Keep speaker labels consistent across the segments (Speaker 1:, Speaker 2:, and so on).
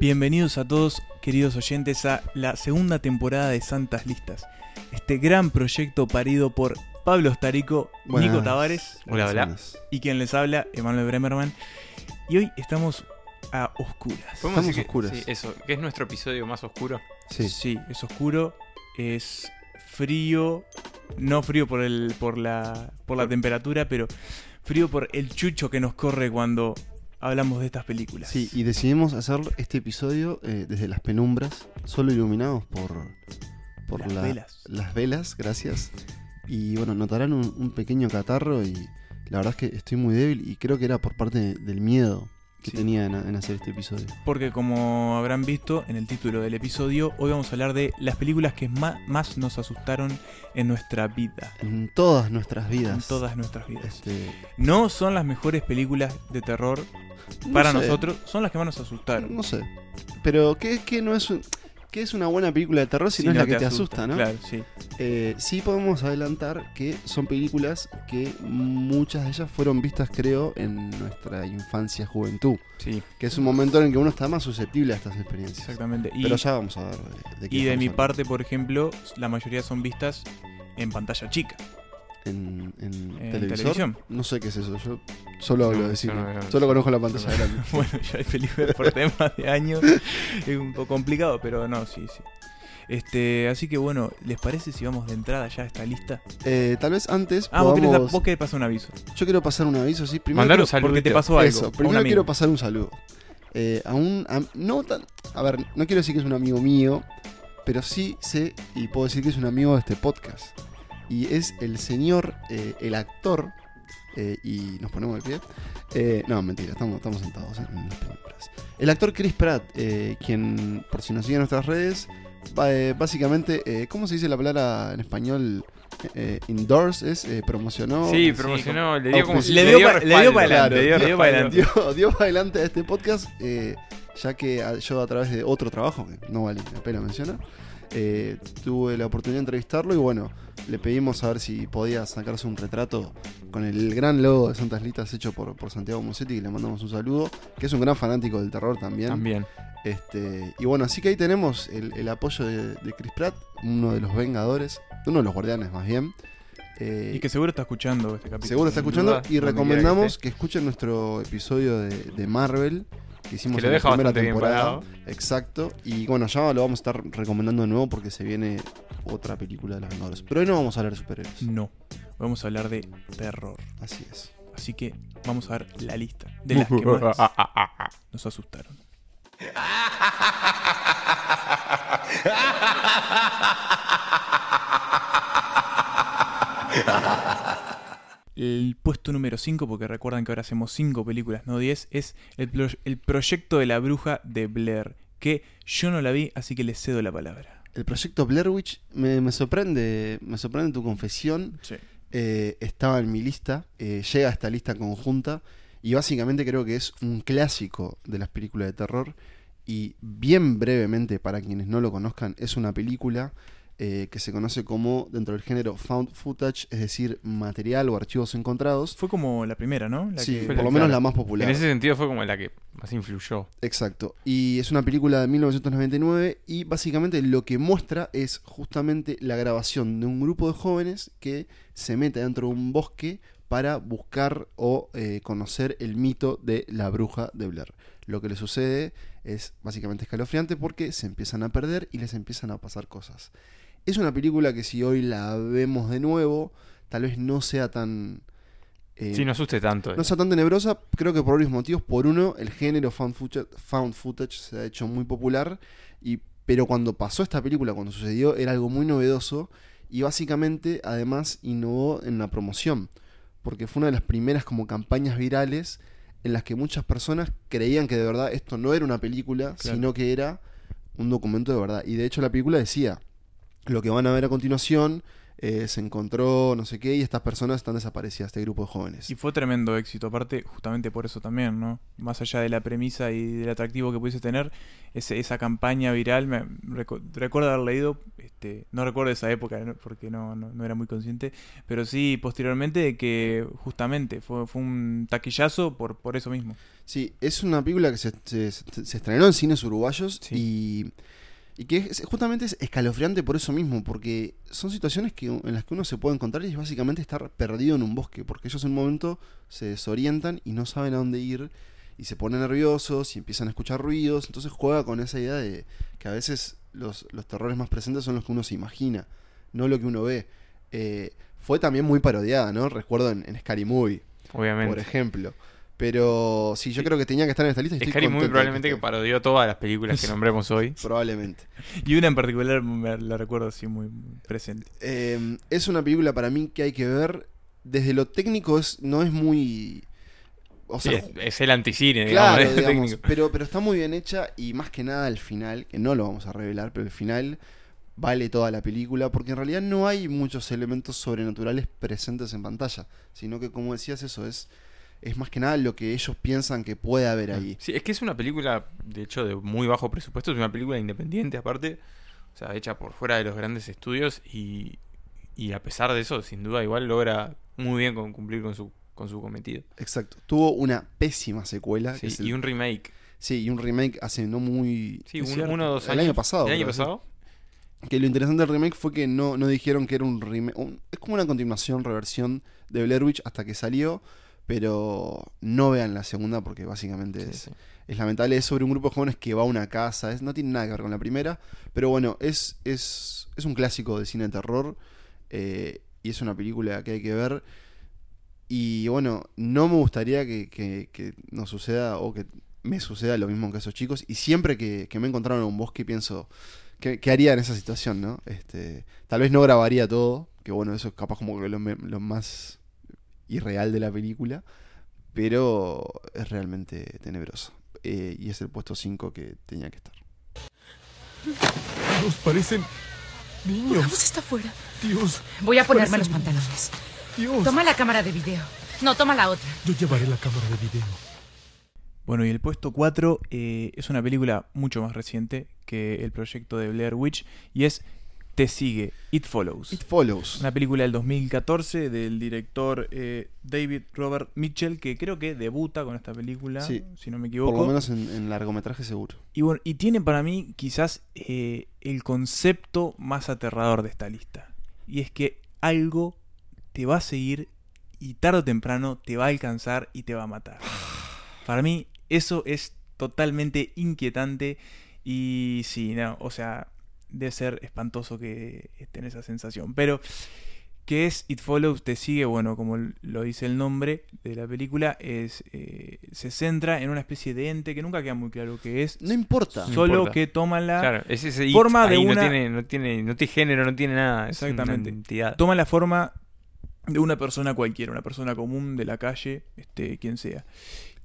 Speaker 1: Bienvenidos a todos, queridos oyentes, a la segunda temporada de Santas Listas. Este gran proyecto parido por Pablo Starico,
Speaker 2: Buenas.
Speaker 1: Nico Tavares
Speaker 3: Hola, hola.
Speaker 2: Buenas.
Speaker 1: y quien les habla, Emanuel Bremerman. Y hoy estamos a oscuras.
Speaker 3: ¿Podemos
Speaker 2: Estamos
Speaker 3: decir que-
Speaker 2: oscuras.
Speaker 3: sí, eso, que es nuestro episodio más oscuro.
Speaker 2: Sí.
Speaker 1: Sí, es oscuro, es frío, no frío por el por la por la temperatura, pero frío por el chucho que nos corre cuando hablamos de estas películas.
Speaker 2: Sí, y decidimos hacer este episodio eh, desde las penumbras, solo iluminados por, por
Speaker 1: Las
Speaker 2: la-
Speaker 1: velas.
Speaker 2: las velas, gracias. Y bueno, notarán un, un pequeño catarro y la verdad es que estoy muy débil y creo que era por parte de- del miedo que
Speaker 1: Sí.
Speaker 2: tenía en, en hacer este episodio.
Speaker 1: Porque como habrán visto en el título del episodio, hoy vamos a hablar de las películas que ma- más nos asustaron en nuestra vida,
Speaker 2: En todas nuestras vidas.
Speaker 1: en todas nuestras vidas.
Speaker 2: Este,
Speaker 1: No son las mejores películas de terror
Speaker 2: no
Speaker 1: para
Speaker 2: sé,
Speaker 1: nosotros, son las que más nos asustaron.
Speaker 2: No sé. Pero ¿qué, qué no es un- qué es una buena película de terror si, no es la que te asusta, ¿no?
Speaker 1: Claro, sí.
Speaker 2: Eh, sí podemos adelantar que son películas que muchas de ellas fueron vistas, creo, en nuestra infancia, juventud.
Speaker 1: Sí,
Speaker 2: Que es un momento en el que uno está más susceptible a estas experiencias.
Speaker 1: exactamente. Y-
Speaker 2: Pero ya vamos a ver de, de qué
Speaker 1: Y de
Speaker 2: estamos
Speaker 1: mi
Speaker 2: hablando.
Speaker 1: parte, por ejemplo, la mayoría son vistas en pantalla chica.
Speaker 2: En, en
Speaker 1: en
Speaker 2: televisor,
Speaker 1: televisión.
Speaker 2: No sé qué es eso, yo solo hablo
Speaker 3: No,
Speaker 2: de cine.
Speaker 3: yo no veo-
Speaker 2: solo conozco la pantalla
Speaker 3: yo no-
Speaker 2: grande.
Speaker 1: Bueno, ya hay películas por temas de años. Es un poco complicado, pero no, sí, sí. Este, así que bueno, ¿les parece si vamos de entrada ya a esta lista?
Speaker 2: Eh, tal vez antes
Speaker 1: Ah, vos querés, dar-
Speaker 2: podamos-
Speaker 1: vos querés pasar un aviso.
Speaker 2: Yo quiero pasar un aviso, sí. Primero
Speaker 3: Mandar un
Speaker 2: quiero-
Speaker 3: saludo.
Speaker 1: Porque te pasó algo. a
Speaker 2: Eso,
Speaker 1: un
Speaker 2: primero quiero
Speaker 1: amigo.
Speaker 2: pasar un saludo. Eh, a un. a- no tan. A ver, no quiero decir que es un amigo mío, pero sí sé y puedo decir que es un amigo de este podcast. Y es el señor, eh, el actor. eh, y nos ponemos de pie. Eh, no, mentira, estamos, estamos sentados en las penumbras. El actor Chris Pratt, eh, quien, por si nos sigue en nuestras redes, ba- eh, básicamente, eh, ¿cómo se dice la palabra en español? Eh, indoors es eh, promocionó.
Speaker 3: Sí,
Speaker 1: Sí,
Speaker 3: promocionó, le dio como
Speaker 2: auspicio.
Speaker 1: Le dio pa-
Speaker 3: respaldo,
Speaker 1: le dio pa'
Speaker 3: claro,
Speaker 1: adelante,
Speaker 3: le dio
Speaker 1: le dio pa'
Speaker 3: respaldo.
Speaker 1: adelante.
Speaker 2: dio, dio para adelante a este podcast, eh, ya que a- yo a través de otro trabajo, que no vale la pena mencionar, eh, tuve la oportunidad de entrevistarlo y bueno, le pedimos a ver si podía sacarse un retrato con el gran logo de Santas Litas hecho por, por Santiago Musetti, y le mandamos un saludo, que es un gran fanático del terror también.
Speaker 3: También.
Speaker 2: Este, y bueno, así que ahí tenemos el, el apoyo de, de Chris Pratt, uno de los Vengadores, uno de los Guardianes más bien. Eh,
Speaker 1: Y que seguro está escuchando este capítulo.
Speaker 2: Seguro está
Speaker 3: Sin
Speaker 2: escuchando
Speaker 3: duda,
Speaker 2: y
Speaker 3: donde quiera que
Speaker 2: recomendamos
Speaker 3: esté.
Speaker 2: que escuchen nuestro episodio de, de Marvel que hicimos
Speaker 3: Que lo
Speaker 2: en la
Speaker 3: deja
Speaker 2: primera
Speaker 3: bastante bien
Speaker 2: temporada.
Speaker 3: parado.
Speaker 2: Exacto. Y bueno, ya lo vamos a estar recomendando de nuevo porque se viene otra película de los Vengadores. Pero hoy no vamos a hablar de superhéroes.
Speaker 3: Mm.
Speaker 1: No, vamos a hablar de terror.
Speaker 2: Así es.
Speaker 1: Así que vamos a ver la lista de las que más
Speaker 3: Ah,
Speaker 1: nos asustaron. El puesto número 5, porque recuerdan que ahora hacemos 5 películas, no 10, es el, pro- el proyecto de la bruja de Blair, que yo no la vi, así que le cedo la palabra.
Speaker 2: El proyecto Blair Witch me, me sorprende. Me sorprende tu confesión.
Speaker 1: Sí.
Speaker 2: Eh, estaba en mi lista. eh, llega a esta lista conjunta. Y básicamente creo que es un clásico de las películas de terror. Y bien brevemente, para quienes no lo conozcan, es una película eh, que se conoce como, dentro del género, found footage, es decir, material o archivos encontrados.
Speaker 1: Fue como la primera, ¿no? La
Speaker 2: sí,
Speaker 1: que-
Speaker 2: por
Speaker 3: la-
Speaker 2: lo menos
Speaker 3: claro.
Speaker 2: la más popular.
Speaker 3: En ese sentido fue como la que más influyó.
Speaker 2: Exacto. Y es una película de 1999 y básicamente lo que muestra es justamente la grabación de un grupo de jóvenes que se mete dentro de un bosque para buscar o eh, conocer el mito de la bruja de Blair. Lo que le sucede es básicamente escalofriante porque se empiezan a perder y les empiezan a pasar cosas. Es una película que si hoy la vemos de nuevo, tal vez no sea tan... eh,
Speaker 3: Sí, no asuste tanto. eh.
Speaker 2: no sea tan tenebrosa, creo que por varios motivos. Por uno, el género found footage, found footage se ha hecho muy popular, y, pero cuando pasó esta película, cuando sucedió, era algo muy novedoso y básicamente además innovó en la promoción, porque fue una de las primeras como campañas virales en las que muchas personas creían que de verdad esto no era una película,
Speaker 1: Claro.
Speaker 2: sino que era un documento de verdad. Y de hecho la película decía, lo que van a ver a continuación, eh, se encontró no sé qué, y estas personas están desaparecidas, este grupo de jóvenes.
Speaker 1: Y fue tremendo éxito, aparte justamente por eso también, ¿no? Más allá de la premisa y del atractivo que pudiese tener, ese- esa campaña viral, me recu- recuerdo haber leído, este, no recuerdo esa época ¿no? porque no, no, no era muy consciente, pero sí posteriormente que justamente fue, fue un taquillazo por, por eso mismo.
Speaker 2: Sí, es una película que se, se- se- se estrenó en cines uruguayos y, y que es- justamente es escalofriante por eso mismo, porque son situaciones que, en las que uno se puede encontrar y es básicamente estar perdido en un bosque, porque ellos en un momento se desorientan y no saben a dónde ir y se ponen nerviosos y empiezan a escuchar ruidos, entonces juega con esa idea de que a veces los, los terrores más presentes son los que uno se imagina, no lo que uno ve. Eh, fue también muy parodiada, ¿no? Recuerdo en, en Scary Movie por
Speaker 3: obviamente.
Speaker 2: ejemplo. Pero sí, yo creo que tenía que estar en esta lista. y estoy
Speaker 3: Scary muy
Speaker 2: contento de
Speaker 3: probablemente que
Speaker 2: esté.
Speaker 3: parodió todas las películas que nombremos hoy.
Speaker 2: Probablemente.
Speaker 1: Y una en particular me la recuerdo así muy muy presente.
Speaker 2: Eh, es una película para mí que hay que ver. Desde lo técnico es, no es muy. O sea, eh,
Speaker 3: es, es el anticine, digamos,
Speaker 2: claro,
Speaker 3: ¿eh?
Speaker 2: digamos,
Speaker 3: técnico.
Speaker 2: pero, pero está muy bien hecha y más que nada el final, que no lo vamos a revelar, pero el final vale toda la película porque en realidad no hay muchos elementos sobrenaturales presentes en pantalla, sino que como decías eso es, es más que nada lo que ellos piensan que puede haber ahí.
Speaker 3: Ah, Sí, es que es una película, de hecho, de muy bajo presupuesto. Es una película independiente, aparte. O sea, hecha por fuera de los grandes estudios. Y, y a pesar de eso, sin duda, igual logra muy bien con cumplir con su, con su cometido.
Speaker 2: Exacto. Tuvo una pésima secuela. que
Speaker 3: Sí,
Speaker 2: Ah, es el-
Speaker 3: Y un remake.
Speaker 2: sí, y un remake hace no muy.
Speaker 3: Sí,
Speaker 1: Es
Speaker 3: un-
Speaker 1: cierto.
Speaker 3: uno o dos
Speaker 2: El
Speaker 3: años.
Speaker 2: año pasado,
Speaker 3: El año
Speaker 2: creo, sí.
Speaker 3: pasado.
Speaker 2: Que lo interesante del remake fue que no, no dijeron que era un remake. es como una continuación, reversión de Blair Witch hasta que salió. Pero no vean la segunda porque básicamente
Speaker 3: Sí,
Speaker 2: es,
Speaker 3: sí.
Speaker 2: es lamentable. Es sobre un grupo de jóvenes que va a una casa. Es, no tiene nada que ver con la primera. Pero bueno, es, es, es un clásico de cine de terror. eh, y es una película que hay que ver. Y bueno, no me gustaría que, que- que nos suceda o que me suceda lo mismo que a esos chicos. Y siempre que, que me encontraron en un bosque pienso, ¿qué, qué haría en esa situación, no? Este, tal vez no grabaría todo, que bueno, eso es capaz como que lo, me- lo más irreal de la película. Pero es realmente tenebroso. Eh, y es el puesto 5 que tenía que estar.
Speaker 4: Nos parecen
Speaker 5: La
Speaker 4: niños.
Speaker 5: voz está fuera.
Speaker 4: Dios,
Speaker 5: Voy a ponerme los
Speaker 4: Parece-
Speaker 5: pantalones.
Speaker 4: Dios.
Speaker 5: Toma la cámara de video. No, toma la otra.
Speaker 4: Yo llevaré la cámara de video.
Speaker 1: Bueno, y el puesto 4 eh, es una película mucho más reciente que el proyecto de Blair Witch y es Te sigue, It Follows.
Speaker 2: It follows.
Speaker 1: Una película del 2014 del director eh, David Robert Mitchell, que creo que debuta con esta película,
Speaker 2: Sí.
Speaker 1: si no me
Speaker 2: Por
Speaker 1: equivoco.
Speaker 2: lo menos en, en largometraje seguro.
Speaker 1: Y bueno, y tiene para mí quizás eh, el concepto más aterrador de esta lista. Y es que algo te va a seguir y tarde o temprano te va a alcanzar y te va a matar. Para mí eso es totalmente inquietante y sí, no, o sea, debe ser espantoso que estén esa sensación. Pero, ¿qué es It Follows? Te sigue, bueno, como l- lo dice el nombre de la película, es eh, se centra en una especie de ente que nunca queda muy claro qué es,
Speaker 2: No importa.
Speaker 3: No
Speaker 1: solo
Speaker 3: importa.
Speaker 1: que toma la,
Speaker 3: Claro, es ese it,
Speaker 1: Ah, Forma de
Speaker 3: ahí no
Speaker 1: una-
Speaker 3: tiene, no tiene, no tiene género, no tiene nada. es una
Speaker 1: Exactamente.
Speaker 3: entidad.
Speaker 1: toma la forma de una persona cualquiera, una persona común de la calle, este, quien sea.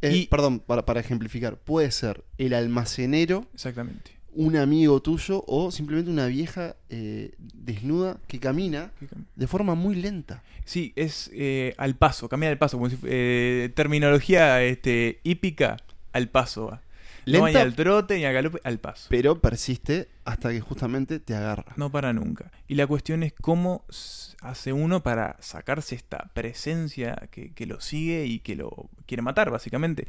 Speaker 2: Eh,
Speaker 1: Y-
Speaker 2: Perdón, para, para ejemplificar, puede ser el almacenero,
Speaker 1: Exactamente.
Speaker 2: un amigo tuyo o simplemente una vieja eh, desnuda que camina de forma muy lenta.
Speaker 1: Sí, es eh, al paso, camina al paso, como si fu- eh, terminología este, hípica, al paso va. No ni
Speaker 2: Lenta,
Speaker 1: al trote ni al galope, al paso.
Speaker 2: pero persiste hasta que justamente te agarra.
Speaker 1: No para nunca. Y la cuestión es cómo s- hace uno para sacarse esta presencia que, que lo sigue y que lo quiere matar, básicamente.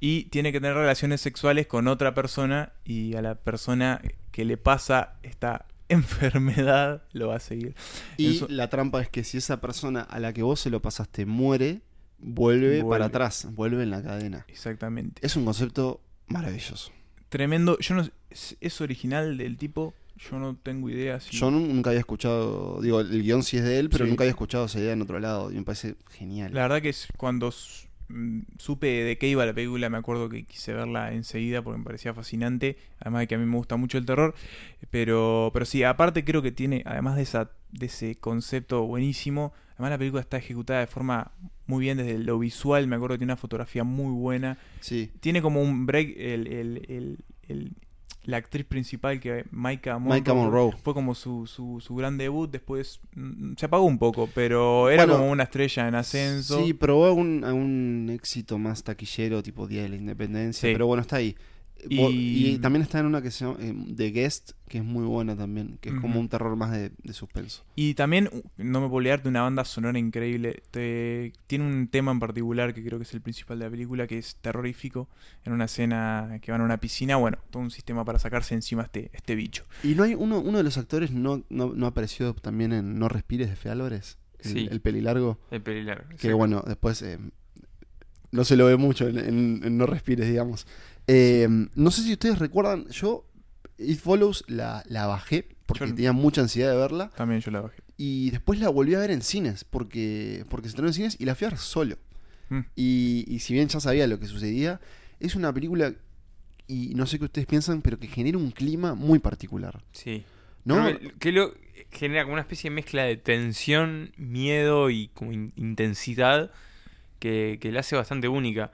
Speaker 1: Y tiene que tener relaciones sexuales con otra persona y a la persona que le pasa esta enfermedad lo va a seguir.
Speaker 2: Y
Speaker 1: Eso-
Speaker 2: la trampa es que si esa persona a la que vos se lo pasaste muere, vuelve,
Speaker 1: Vuelve.
Speaker 2: para atrás, vuelve en la cadena.
Speaker 1: Exactamente.
Speaker 2: Es un concepto maravilloso.
Speaker 1: Tremendo. Yo no es, es original del tipo. Yo no tengo idea si
Speaker 2: Yo nu- nunca había escuchado, digo, el guión sí es de él, pero
Speaker 1: Sí.
Speaker 2: nunca había escuchado esa idea en otro lado y me parece genial.
Speaker 1: La verdad que es cuando s- mm, supe de qué iba la película, me acuerdo que quise verla enseguida porque me parecía fascinante. Además de que a mí me gusta mucho el terror. Pero, pero sí, aparte creo que tiene, además de, esa, de ese concepto buenísimo, además la película está ejecutada de forma muy bien desde lo visual. Me acuerdo que tiene una fotografía muy buena.
Speaker 2: Sí.
Speaker 1: Tiene como un break el, el- el- el- la actriz principal que Micah Monroe.
Speaker 2: Micah Monroe.
Speaker 1: Fue como su, su, su gran debut, después mm, se apagó un poco, pero era
Speaker 2: Bueno,
Speaker 1: como una estrella en ascenso.
Speaker 2: Sí, probó algún, algún éxito más taquillero, tipo Día de la Independencia,
Speaker 1: Sí.
Speaker 2: pero bueno, está ahí. Bo- Y...
Speaker 1: Y-
Speaker 2: también está en una que se llama eh, The Guest, que es muy buena también, que es como
Speaker 1: Ujú.
Speaker 2: un terror más de, de suspenso.
Speaker 1: Y también, uh, no me puedo olvidar de una banda sonora increíble. Te- tiene un tema en particular que creo que es el principal de la película, que es terrorífico. En una escena que van a una piscina, bueno, todo un sistema para sacarse encima este, este bicho.
Speaker 2: Y no hay uno, uno de los actores no, no, no apareció también en No Respires de Fe Álvarez, el,
Speaker 3: Sí.
Speaker 2: el pelilargo,
Speaker 3: El pelilar.
Speaker 2: que bueno, después eh, no se lo ve mucho en, en- en No Respires, digamos. Eh, no sé si ustedes recuerdan, yo It Follows la, la bajé porque
Speaker 1: Yo no.
Speaker 2: tenía mucha ansiedad de verla
Speaker 1: También yo la bajé.
Speaker 2: y después la volví a ver en cines porque, porque se estrenó en cines y la fui a ver solo.
Speaker 1: Mm.
Speaker 2: Y, y si bien ya sabía lo que sucedía, es una película, y no sé qué ustedes piensan, pero que genera un clima muy particular.
Speaker 3: Sí.
Speaker 2: ¿No?
Speaker 3: Creo Que, que lo genera como una especie de mezcla de tensión, miedo y como in- intensidad que, que la hace bastante única.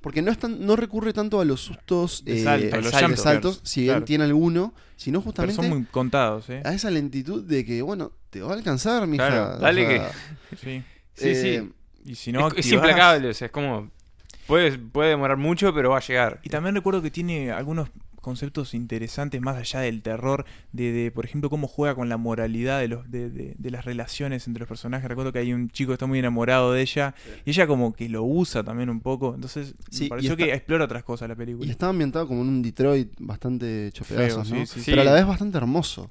Speaker 2: Porque no, es tan- no recurre tanto a los sustos
Speaker 1: De
Speaker 2: eh,
Speaker 1: salto,
Speaker 3: los
Speaker 2: de
Speaker 3: saltos.
Speaker 2: saltos, si bien
Speaker 1: Claro.
Speaker 2: tiene alguno, sino
Speaker 1: Pero
Speaker 2: justamente
Speaker 1: son muy contados, ¿eh?
Speaker 2: a esa lentitud de que, bueno, te va a alcanzar, mija.
Speaker 3: Claro,
Speaker 2: o
Speaker 3: dale
Speaker 2: sea,
Speaker 1: Sí.
Speaker 3: Sí, sí.
Speaker 2: eh,
Speaker 1: Y si no,
Speaker 3: es, es
Speaker 1: activás-
Speaker 3: implacable, o sea, es como. Puede, puede demorar mucho, pero va a llegar.
Speaker 1: Y también recuerdo que tiene algunos conceptos interesantes más allá del terror, de, de, por ejemplo cómo juega con la moralidad de, los, de, de- de las relaciones entre los personajes. Recuerdo que hay un chico que está muy enamorado de ella y ella como que lo usa también un poco. Entonces
Speaker 2: Sí, y
Speaker 1: me pareció
Speaker 2: está-
Speaker 1: que explora otras cosas la
Speaker 2: Y
Speaker 1: película.
Speaker 2: estaba ambientado como en un Detroit bastante chopeazo,
Speaker 1: Feo,
Speaker 2: ¿no?
Speaker 1: sí,
Speaker 3: sí,
Speaker 2: Pero a la
Speaker 3: sí.
Speaker 2: vez bastante hermoso.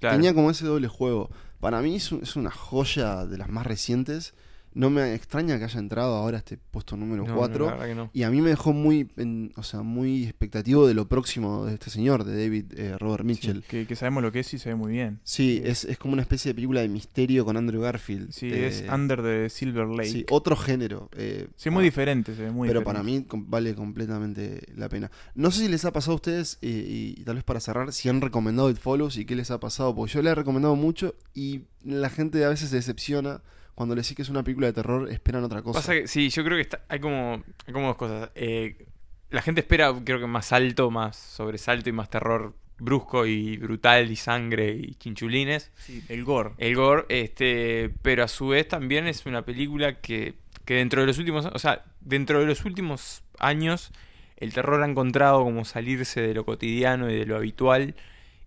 Speaker 3: Claro.
Speaker 2: Tenía como ese doble juego. Para mí es, un- es una joya de las más recientes. No me extraña que haya entrado ahora a este puesto número
Speaker 3: No, no,
Speaker 2: 4.
Speaker 3: la verdad que no.
Speaker 2: y a mí me dejó muy, en- o sea, muy expectativo de lo próximo de este señor, de David eh, Robert Mitchell. Sí,
Speaker 1: Que, que sabemos lo que es y se ve muy bien.
Speaker 2: es, es como una especie de película de misterio con Andrew Garfield.
Speaker 1: Sí,
Speaker 2: Eh,
Speaker 1: es Under the Silver Lake.
Speaker 2: sí,
Speaker 1: Sí,
Speaker 2: otro género. eh,
Speaker 1: muy
Speaker 2: ah,
Speaker 1: diferente, se ve muy
Speaker 2: pero para
Speaker 1: diferente.
Speaker 2: mí com- vale completamente la pena. No sé si les ha pasado a ustedes, eh, y, y tal vez para cerrar, si han recomendado It Follows y qué les ha pasado, porque yo le he recomendado mucho y la gente a veces se decepciona cuando le decís que es una película de terror, esperan otra cosa.
Speaker 3: Pasa que, sí, yo creo que está- hay, como, hay como dos cosas. Eh, la gente espera, creo que más alto, más sobresalto y más terror brusco y brutal y sangre y chinchulines.
Speaker 1: Sí, el gore.
Speaker 3: El gore, este, pero a su vez también es una película que, que dentro de los últimos, o sea, dentro de los últimos años el terror ha encontrado como salirse de lo cotidiano y de lo habitual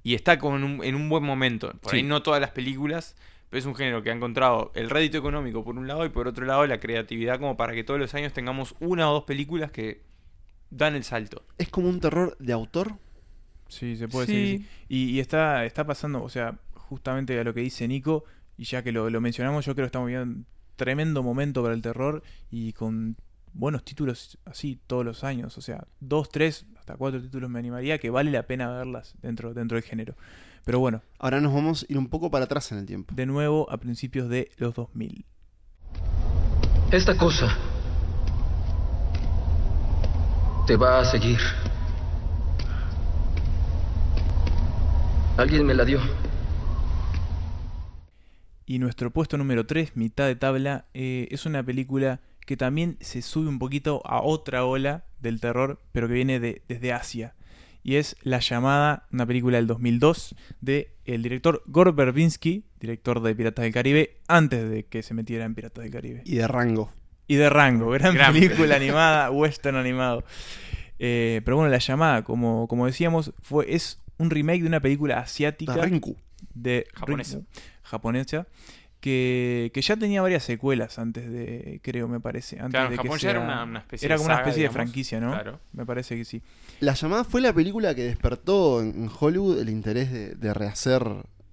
Speaker 3: y está como en un, en un buen momento. Por ahí
Speaker 2: Sí.
Speaker 3: no todas las películas, pero es un género que ha encontrado el rédito económico por un lado y por otro lado la creatividad como para que todos los años tengamos una o dos películas que dan el salto.
Speaker 2: Es como un terror de autor.
Speaker 1: Sí, se puede
Speaker 3: Sí.
Speaker 1: decir. que sí. Y, y está, está pasando, o sea, justamente a lo que dice Nico, y ya que lo, lo mencionamos, yo creo que estamos viviendo un tremendo momento para el terror y con buenos títulos así todos los años. O sea, dos, tres, hasta cuatro títulos me animaría que vale la pena verlas dentro, dentro del género. Pero bueno,
Speaker 2: Ahora nos vamos a ir un poco para atrás en el tiempo.
Speaker 1: de nuevo a principios de los 2000.
Speaker 6: Esta cosa te va a seguir. Alguien me la dio.
Speaker 1: Y nuestro puesto número 3, mitad de tabla, eh, es una película que también se sube un poquito a otra ola del terror, pero que viene de, desde Asia. Y es La llamada, una película del 2002 de el director Gore Verbinski, director de Piratas del Caribe, antes de que se metiera en Piratas del Caribe.
Speaker 2: Y de rango.
Speaker 1: Y de Rango, gran,
Speaker 3: Gran
Speaker 1: película animada, western animado. Eh, pero bueno, La llamada, como, como decíamos, fue, es un remake de una película
Speaker 2: De
Speaker 1: asiática
Speaker 2: Renku.
Speaker 1: de
Speaker 3: Japonesa.
Speaker 1: Ritmo, japonesa que, que ya tenía varias secuelas antes de creo me parece antes
Speaker 3: Claro, en
Speaker 1: de
Speaker 3: Japón
Speaker 1: que
Speaker 3: ya era
Speaker 1: sea-
Speaker 3: una, una especie
Speaker 1: era
Speaker 3: de
Speaker 1: como una
Speaker 3: saga,
Speaker 1: especie
Speaker 3: digamos.
Speaker 1: de franquicia no
Speaker 3: Claro.
Speaker 1: me parece que sí
Speaker 2: La llamada fue la película que despertó en en Hollywood el interés de, de rehacer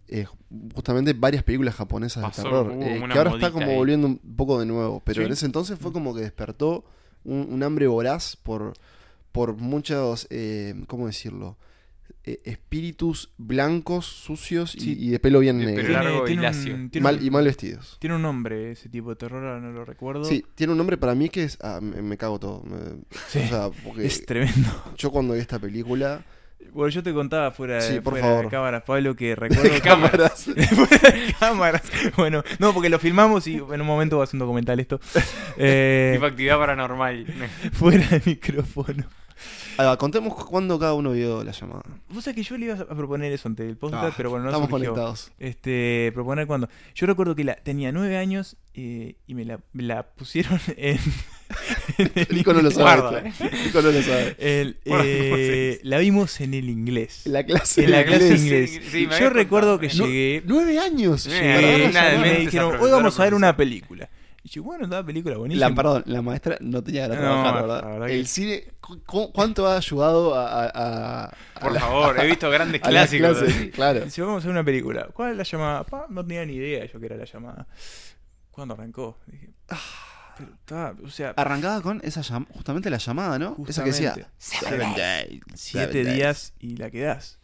Speaker 2: eh, justamente varias películas japonesas
Speaker 3: Pasó,
Speaker 2: de terror.
Speaker 3: hubo
Speaker 2: eh,
Speaker 3: una
Speaker 2: que ahora está
Speaker 3: modita
Speaker 2: como
Speaker 3: ahí.
Speaker 2: volviendo un poco de nuevo. Pero
Speaker 3: Sí.
Speaker 2: en ese entonces fue como que despertó un, un hambre voraz por, por muchos, eh, ¿cómo decirlo? Eh, espíritus blancos, sucios y-
Speaker 1: Sí.
Speaker 2: y, de pelo bien
Speaker 3: De
Speaker 2: negro.
Speaker 3: pelo largo y lacio.
Speaker 1: tiene
Speaker 2: Mal,
Speaker 1: un-
Speaker 2: y mal vestidos.
Speaker 1: tiene un nombre ese tipo de terror ahora no lo recuerdo
Speaker 2: Sí, tiene un nombre para mí que es... ah, me, me cago todo. me-
Speaker 1: Sí,
Speaker 2: o sea, porque
Speaker 1: es tremendo
Speaker 2: yo cuando vi esta película...
Speaker 1: bueno yo te contaba fuera,
Speaker 2: Sí,
Speaker 1: de-
Speaker 2: por
Speaker 1: fuera de
Speaker 2: favor.
Speaker 1: cámaras Pablo que recuerdo que-
Speaker 3: Cámaras.
Speaker 1: Fuera de cámaras bueno no porque lo filmamos y en un momento va a ser un documental esto Eh,
Speaker 3: Tipo actividad paranormal.
Speaker 1: fuera de micrófono
Speaker 2: Ah, contemos cuándo cada uno vio la llamada.
Speaker 1: Vos sabés que yo le iba a proponer eso ante el podcast,
Speaker 2: Ah,
Speaker 1: pero bueno, no
Speaker 2: Estamos
Speaker 1: surgió.
Speaker 2: conectados.
Speaker 1: Este, proponer cuando. Yo recuerdo que la, tenía nueve años eh, y me la, me la pusieron en,
Speaker 2: Nico no lo sabe. ¿eh?
Speaker 3: Guarda,
Speaker 2: esto.
Speaker 1: eh.
Speaker 2: Nico no lo sabe.
Speaker 1: El,
Speaker 3: Bueno,
Speaker 1: eh,
Speaker 3: ¿cómo se dice?
Speaker 1: la vimos en el inglés.
Speaker 2: En la clase.
Speaker 1: en la
Speaker 2: de
Speaker 1: clase
Speaker 2: inglés.
Speaker 1: de inglés.
Speaker 3: Sí, sí, me
Speaker 1: Yo
Speaker 3: habías
Speaker 1: recuerdo
Speaker 3: contado.
Speaker 1: que
Speaker 3: No-
Speaker 1: llegué.
Speaker 2: Nueve años.
Speaker 3: Sí,
Speaker 2: llegué a la
Speaker 1: llegué
Speaker 3: nada,
Speaker 1: allá
Speaker 2: clase.
Speaker 1: y me
Speaker 3: mente,
Speaker 1: dijeron,
Speaker 3: esa
Speaker 1: hoy vamos a ver
Speaker 3: profesora,
Speaker 1: una
Speaker 3: profesora".
Speaker 1: película. Y yo, bueno, estaba película buenísima.
Speaker 2: La, perdón, la maestra no tenía ganas de
Speaker 1: No,
Speaker 2: trabajar, la
Speaker 1: la
Speaker 2: ¿verdad?
Speaker 1: verdad
Speaker 2: el
Speaker 1: que-
Speaker 2: cine, cu- cu- ¿cuánto ha ayudado a, a- a- a
Speaker 3: Por
Speaker 2: la-
Speaker 3: favor, he visto grandes
Speaker 2: a las
Speaker 3: clásicos.
Speaker 2: clases?
Speaker 3: así.
Speaker 2: Claro.
Speaker 1: Si vamos a ver una película, ¿cuál es la llamada? Pa, no tenía ni idea yo que era la llamada. ¿Cuándo arrancó? Dije, "Ah, pero está, o sea,
Speaker 2: Arrancaba con esa llam- justamente la llamada, ¿no? Esa que decía
Speaker 1: Justamente.
Speaker 2: Seven days,
Speaker 1: siete
Speaker 2: seven days".
Speaker 1: días y la quedás.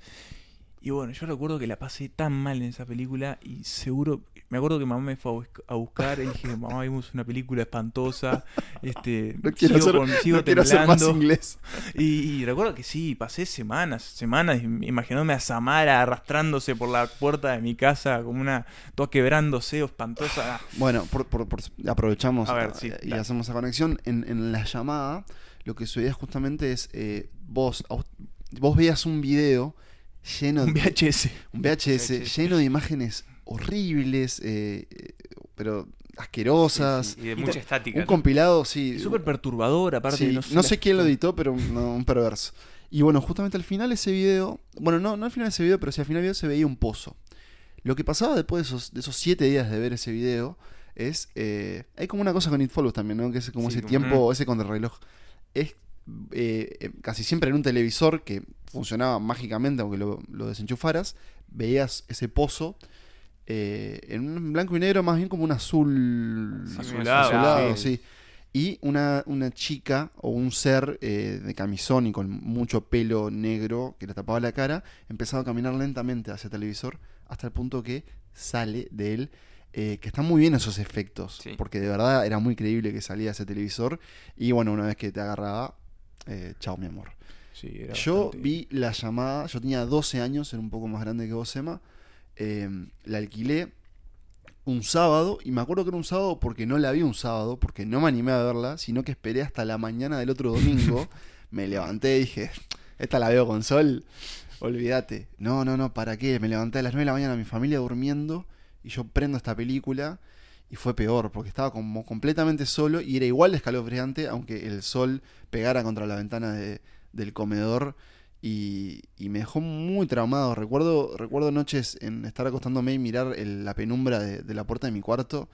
Speaker 1: Y bueno, yo recuerdo que la pasé tan mal en esa película y seguro, me acuerdo que mamá me fue a busc- a buscar y dije, mamá, vimos una película espantosa, este,
Speaker 2: No quiero,
Speaker 1: sigo,
Speaker 2: ser,
Speaker 1: con- sigo
Speaker 2: no quiero ser
Speaker 1: temblando.
Speaker 2: más inglés.
Speaker 1: Y, y recuerdo que sí, pasé semanas, semanas im- imaginándome a Samara arrastrándose por la puerta de mi casa como una, toda quebrándose, espantosa.
Speaker 2: Bueno, por- por- por- aprovechamos
Speaker 1: A ver,
Speaker 2: eh,
Speaker 1: sí,
Speaker 2: y
Speaker 1: dale.
Speaker 2: hacemos esa conexión. En, en la llamada, lo que sucedía justamente es eh, vos, a us- vos veías un video lleno
Speaker 1: Un
Speaker 2: de,
Speaker 1: VHS.
Speaker 2: un VHS
Speaker 3: VHS.
Speaker 2: lleno de imágenes horribles, eh, eh, pero asquerosas.
Speaker 3: Y de
Speaker 1: Y
Speaker 3: mucha
Speaker 1: ta-
Speaker 3: estática.
Speaker 2: Un
Speaker 3: ¿no?
Speaker 2: compilado, sí.
Speaker 1: Y Súper perturbador, aparte.
Speaker 2: Sí, no, sé quién lo editó, pero un, no, un perverso. Y bueno, justamente al final ese video, bueno, no, no al final de ese video, pero sí al final del video se veía un pozo. Lo que pasaba después de esos, de esos siete días de ver ese video es, eh, hay como una cosa con It Follows también, ¿no? Que es como
Speaker 3: Sí,
Speaker 2: ese
Speaker 3: como-
Speaker 2: tiempo,
Speaker 1: Ujú.
Speaker 2: ese contrarreloj. Es eh, eh, casi siempre en un televisor que funcionaba mágicamente, aunque lo, lo desenchufaras, veías ese pozo eh, en un blanco y negro, más bien como un azul
Speaker 3: Sí,
Speaker 1: Azulado,
Speaker 2: azulado,
Speaker 3: sí.
Speaker 2: sí. Y una, una chica o un ser eh, de camisón y con mucho pelo negro que le tapaba la cara, empezaba a caminar lentamente hacia el televisor hasta el punto que sale de él. eh, que están muy bien esos efectos,
Speaker 3: Sí.
Speaker 2: porque de verdad era muy creíble que salía ese televisor. Y bueno, una vez que te agarraba, eh, chao mi amor.
Speaker 1: Sí, era
Speaker 2: Yo
Speaker 1: bastante-
Speaker 2: vi la llamada, yo tenía 12 años, era un poco más grande que vos, Emma. eh, la alquilé un sábado, y me acuerdo que era un sábado porque no la vi un sábado, porque no me animé a verla, sino que esperé hasta la mañana del otro domingo. me levanté y dije, esta la veo con sol, olvídate. No, no, no, ¿para qué? Me levanté a las 9 de la mañana, mi familia durmiendo, y yo prendo esta película. Y fue peor, porque estaba como completamente solo y era igual de escalofriante, aunque el sol pegara contra la ventana de- del comedor. Y, y me dejó muy traumado. Recuerdo, recuerdo noches en estar acostándome y mirar el- la penumbra de, de la puerta de mi cuarto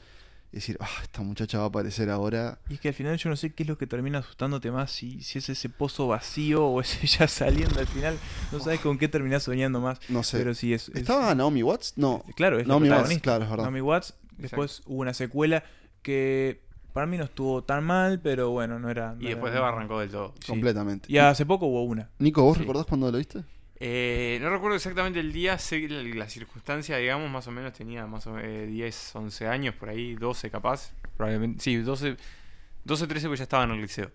Speaker 2: y decir, ah, esta muchacha va a aparecer ahora.
Speaker 1: Y es que al final yo no sé qué es lo que termina asustándote más, si, si es ese pozo vacío o es ella saliendo al final. No sabes con qué terminás soñando más.
Speaker 2: No sé.
Speaker 1: Pero sí es. es-
Speaker 2: ¿Estaba Naomi Watts? No.
Speaker 1: Claro, es la
Speaker 2: Naomi Watts,
Speaker 1: protagonista.
Speaker 2: claro, es verdad.
Speaker 1: Naomi Watts. Después hubo una secuela que para mí no estuvo tan mal, pero bueno, no era. no
Speaker 3: Y
Speaker 1: era-
Speaker 3: después de arrancó del todo.
Speaker 1: Sí.
Speaker 2: Completamente.
Speaker 1: Y hace poco hubo una.
Speaker 2: Nico, ¿vos
Speaker 3: Sí.
Speaker 2: recordás cuando lo viste?
Speaker 3: Eh, no recuerdo exactamente el día, sé que la, la circunstancia, digamos, más o menos tenía más o menos 10, 11 años, por ahí, 12 capaz, probablemente. Sí, 12, 12 13 porque pues ya estaba en el liceo.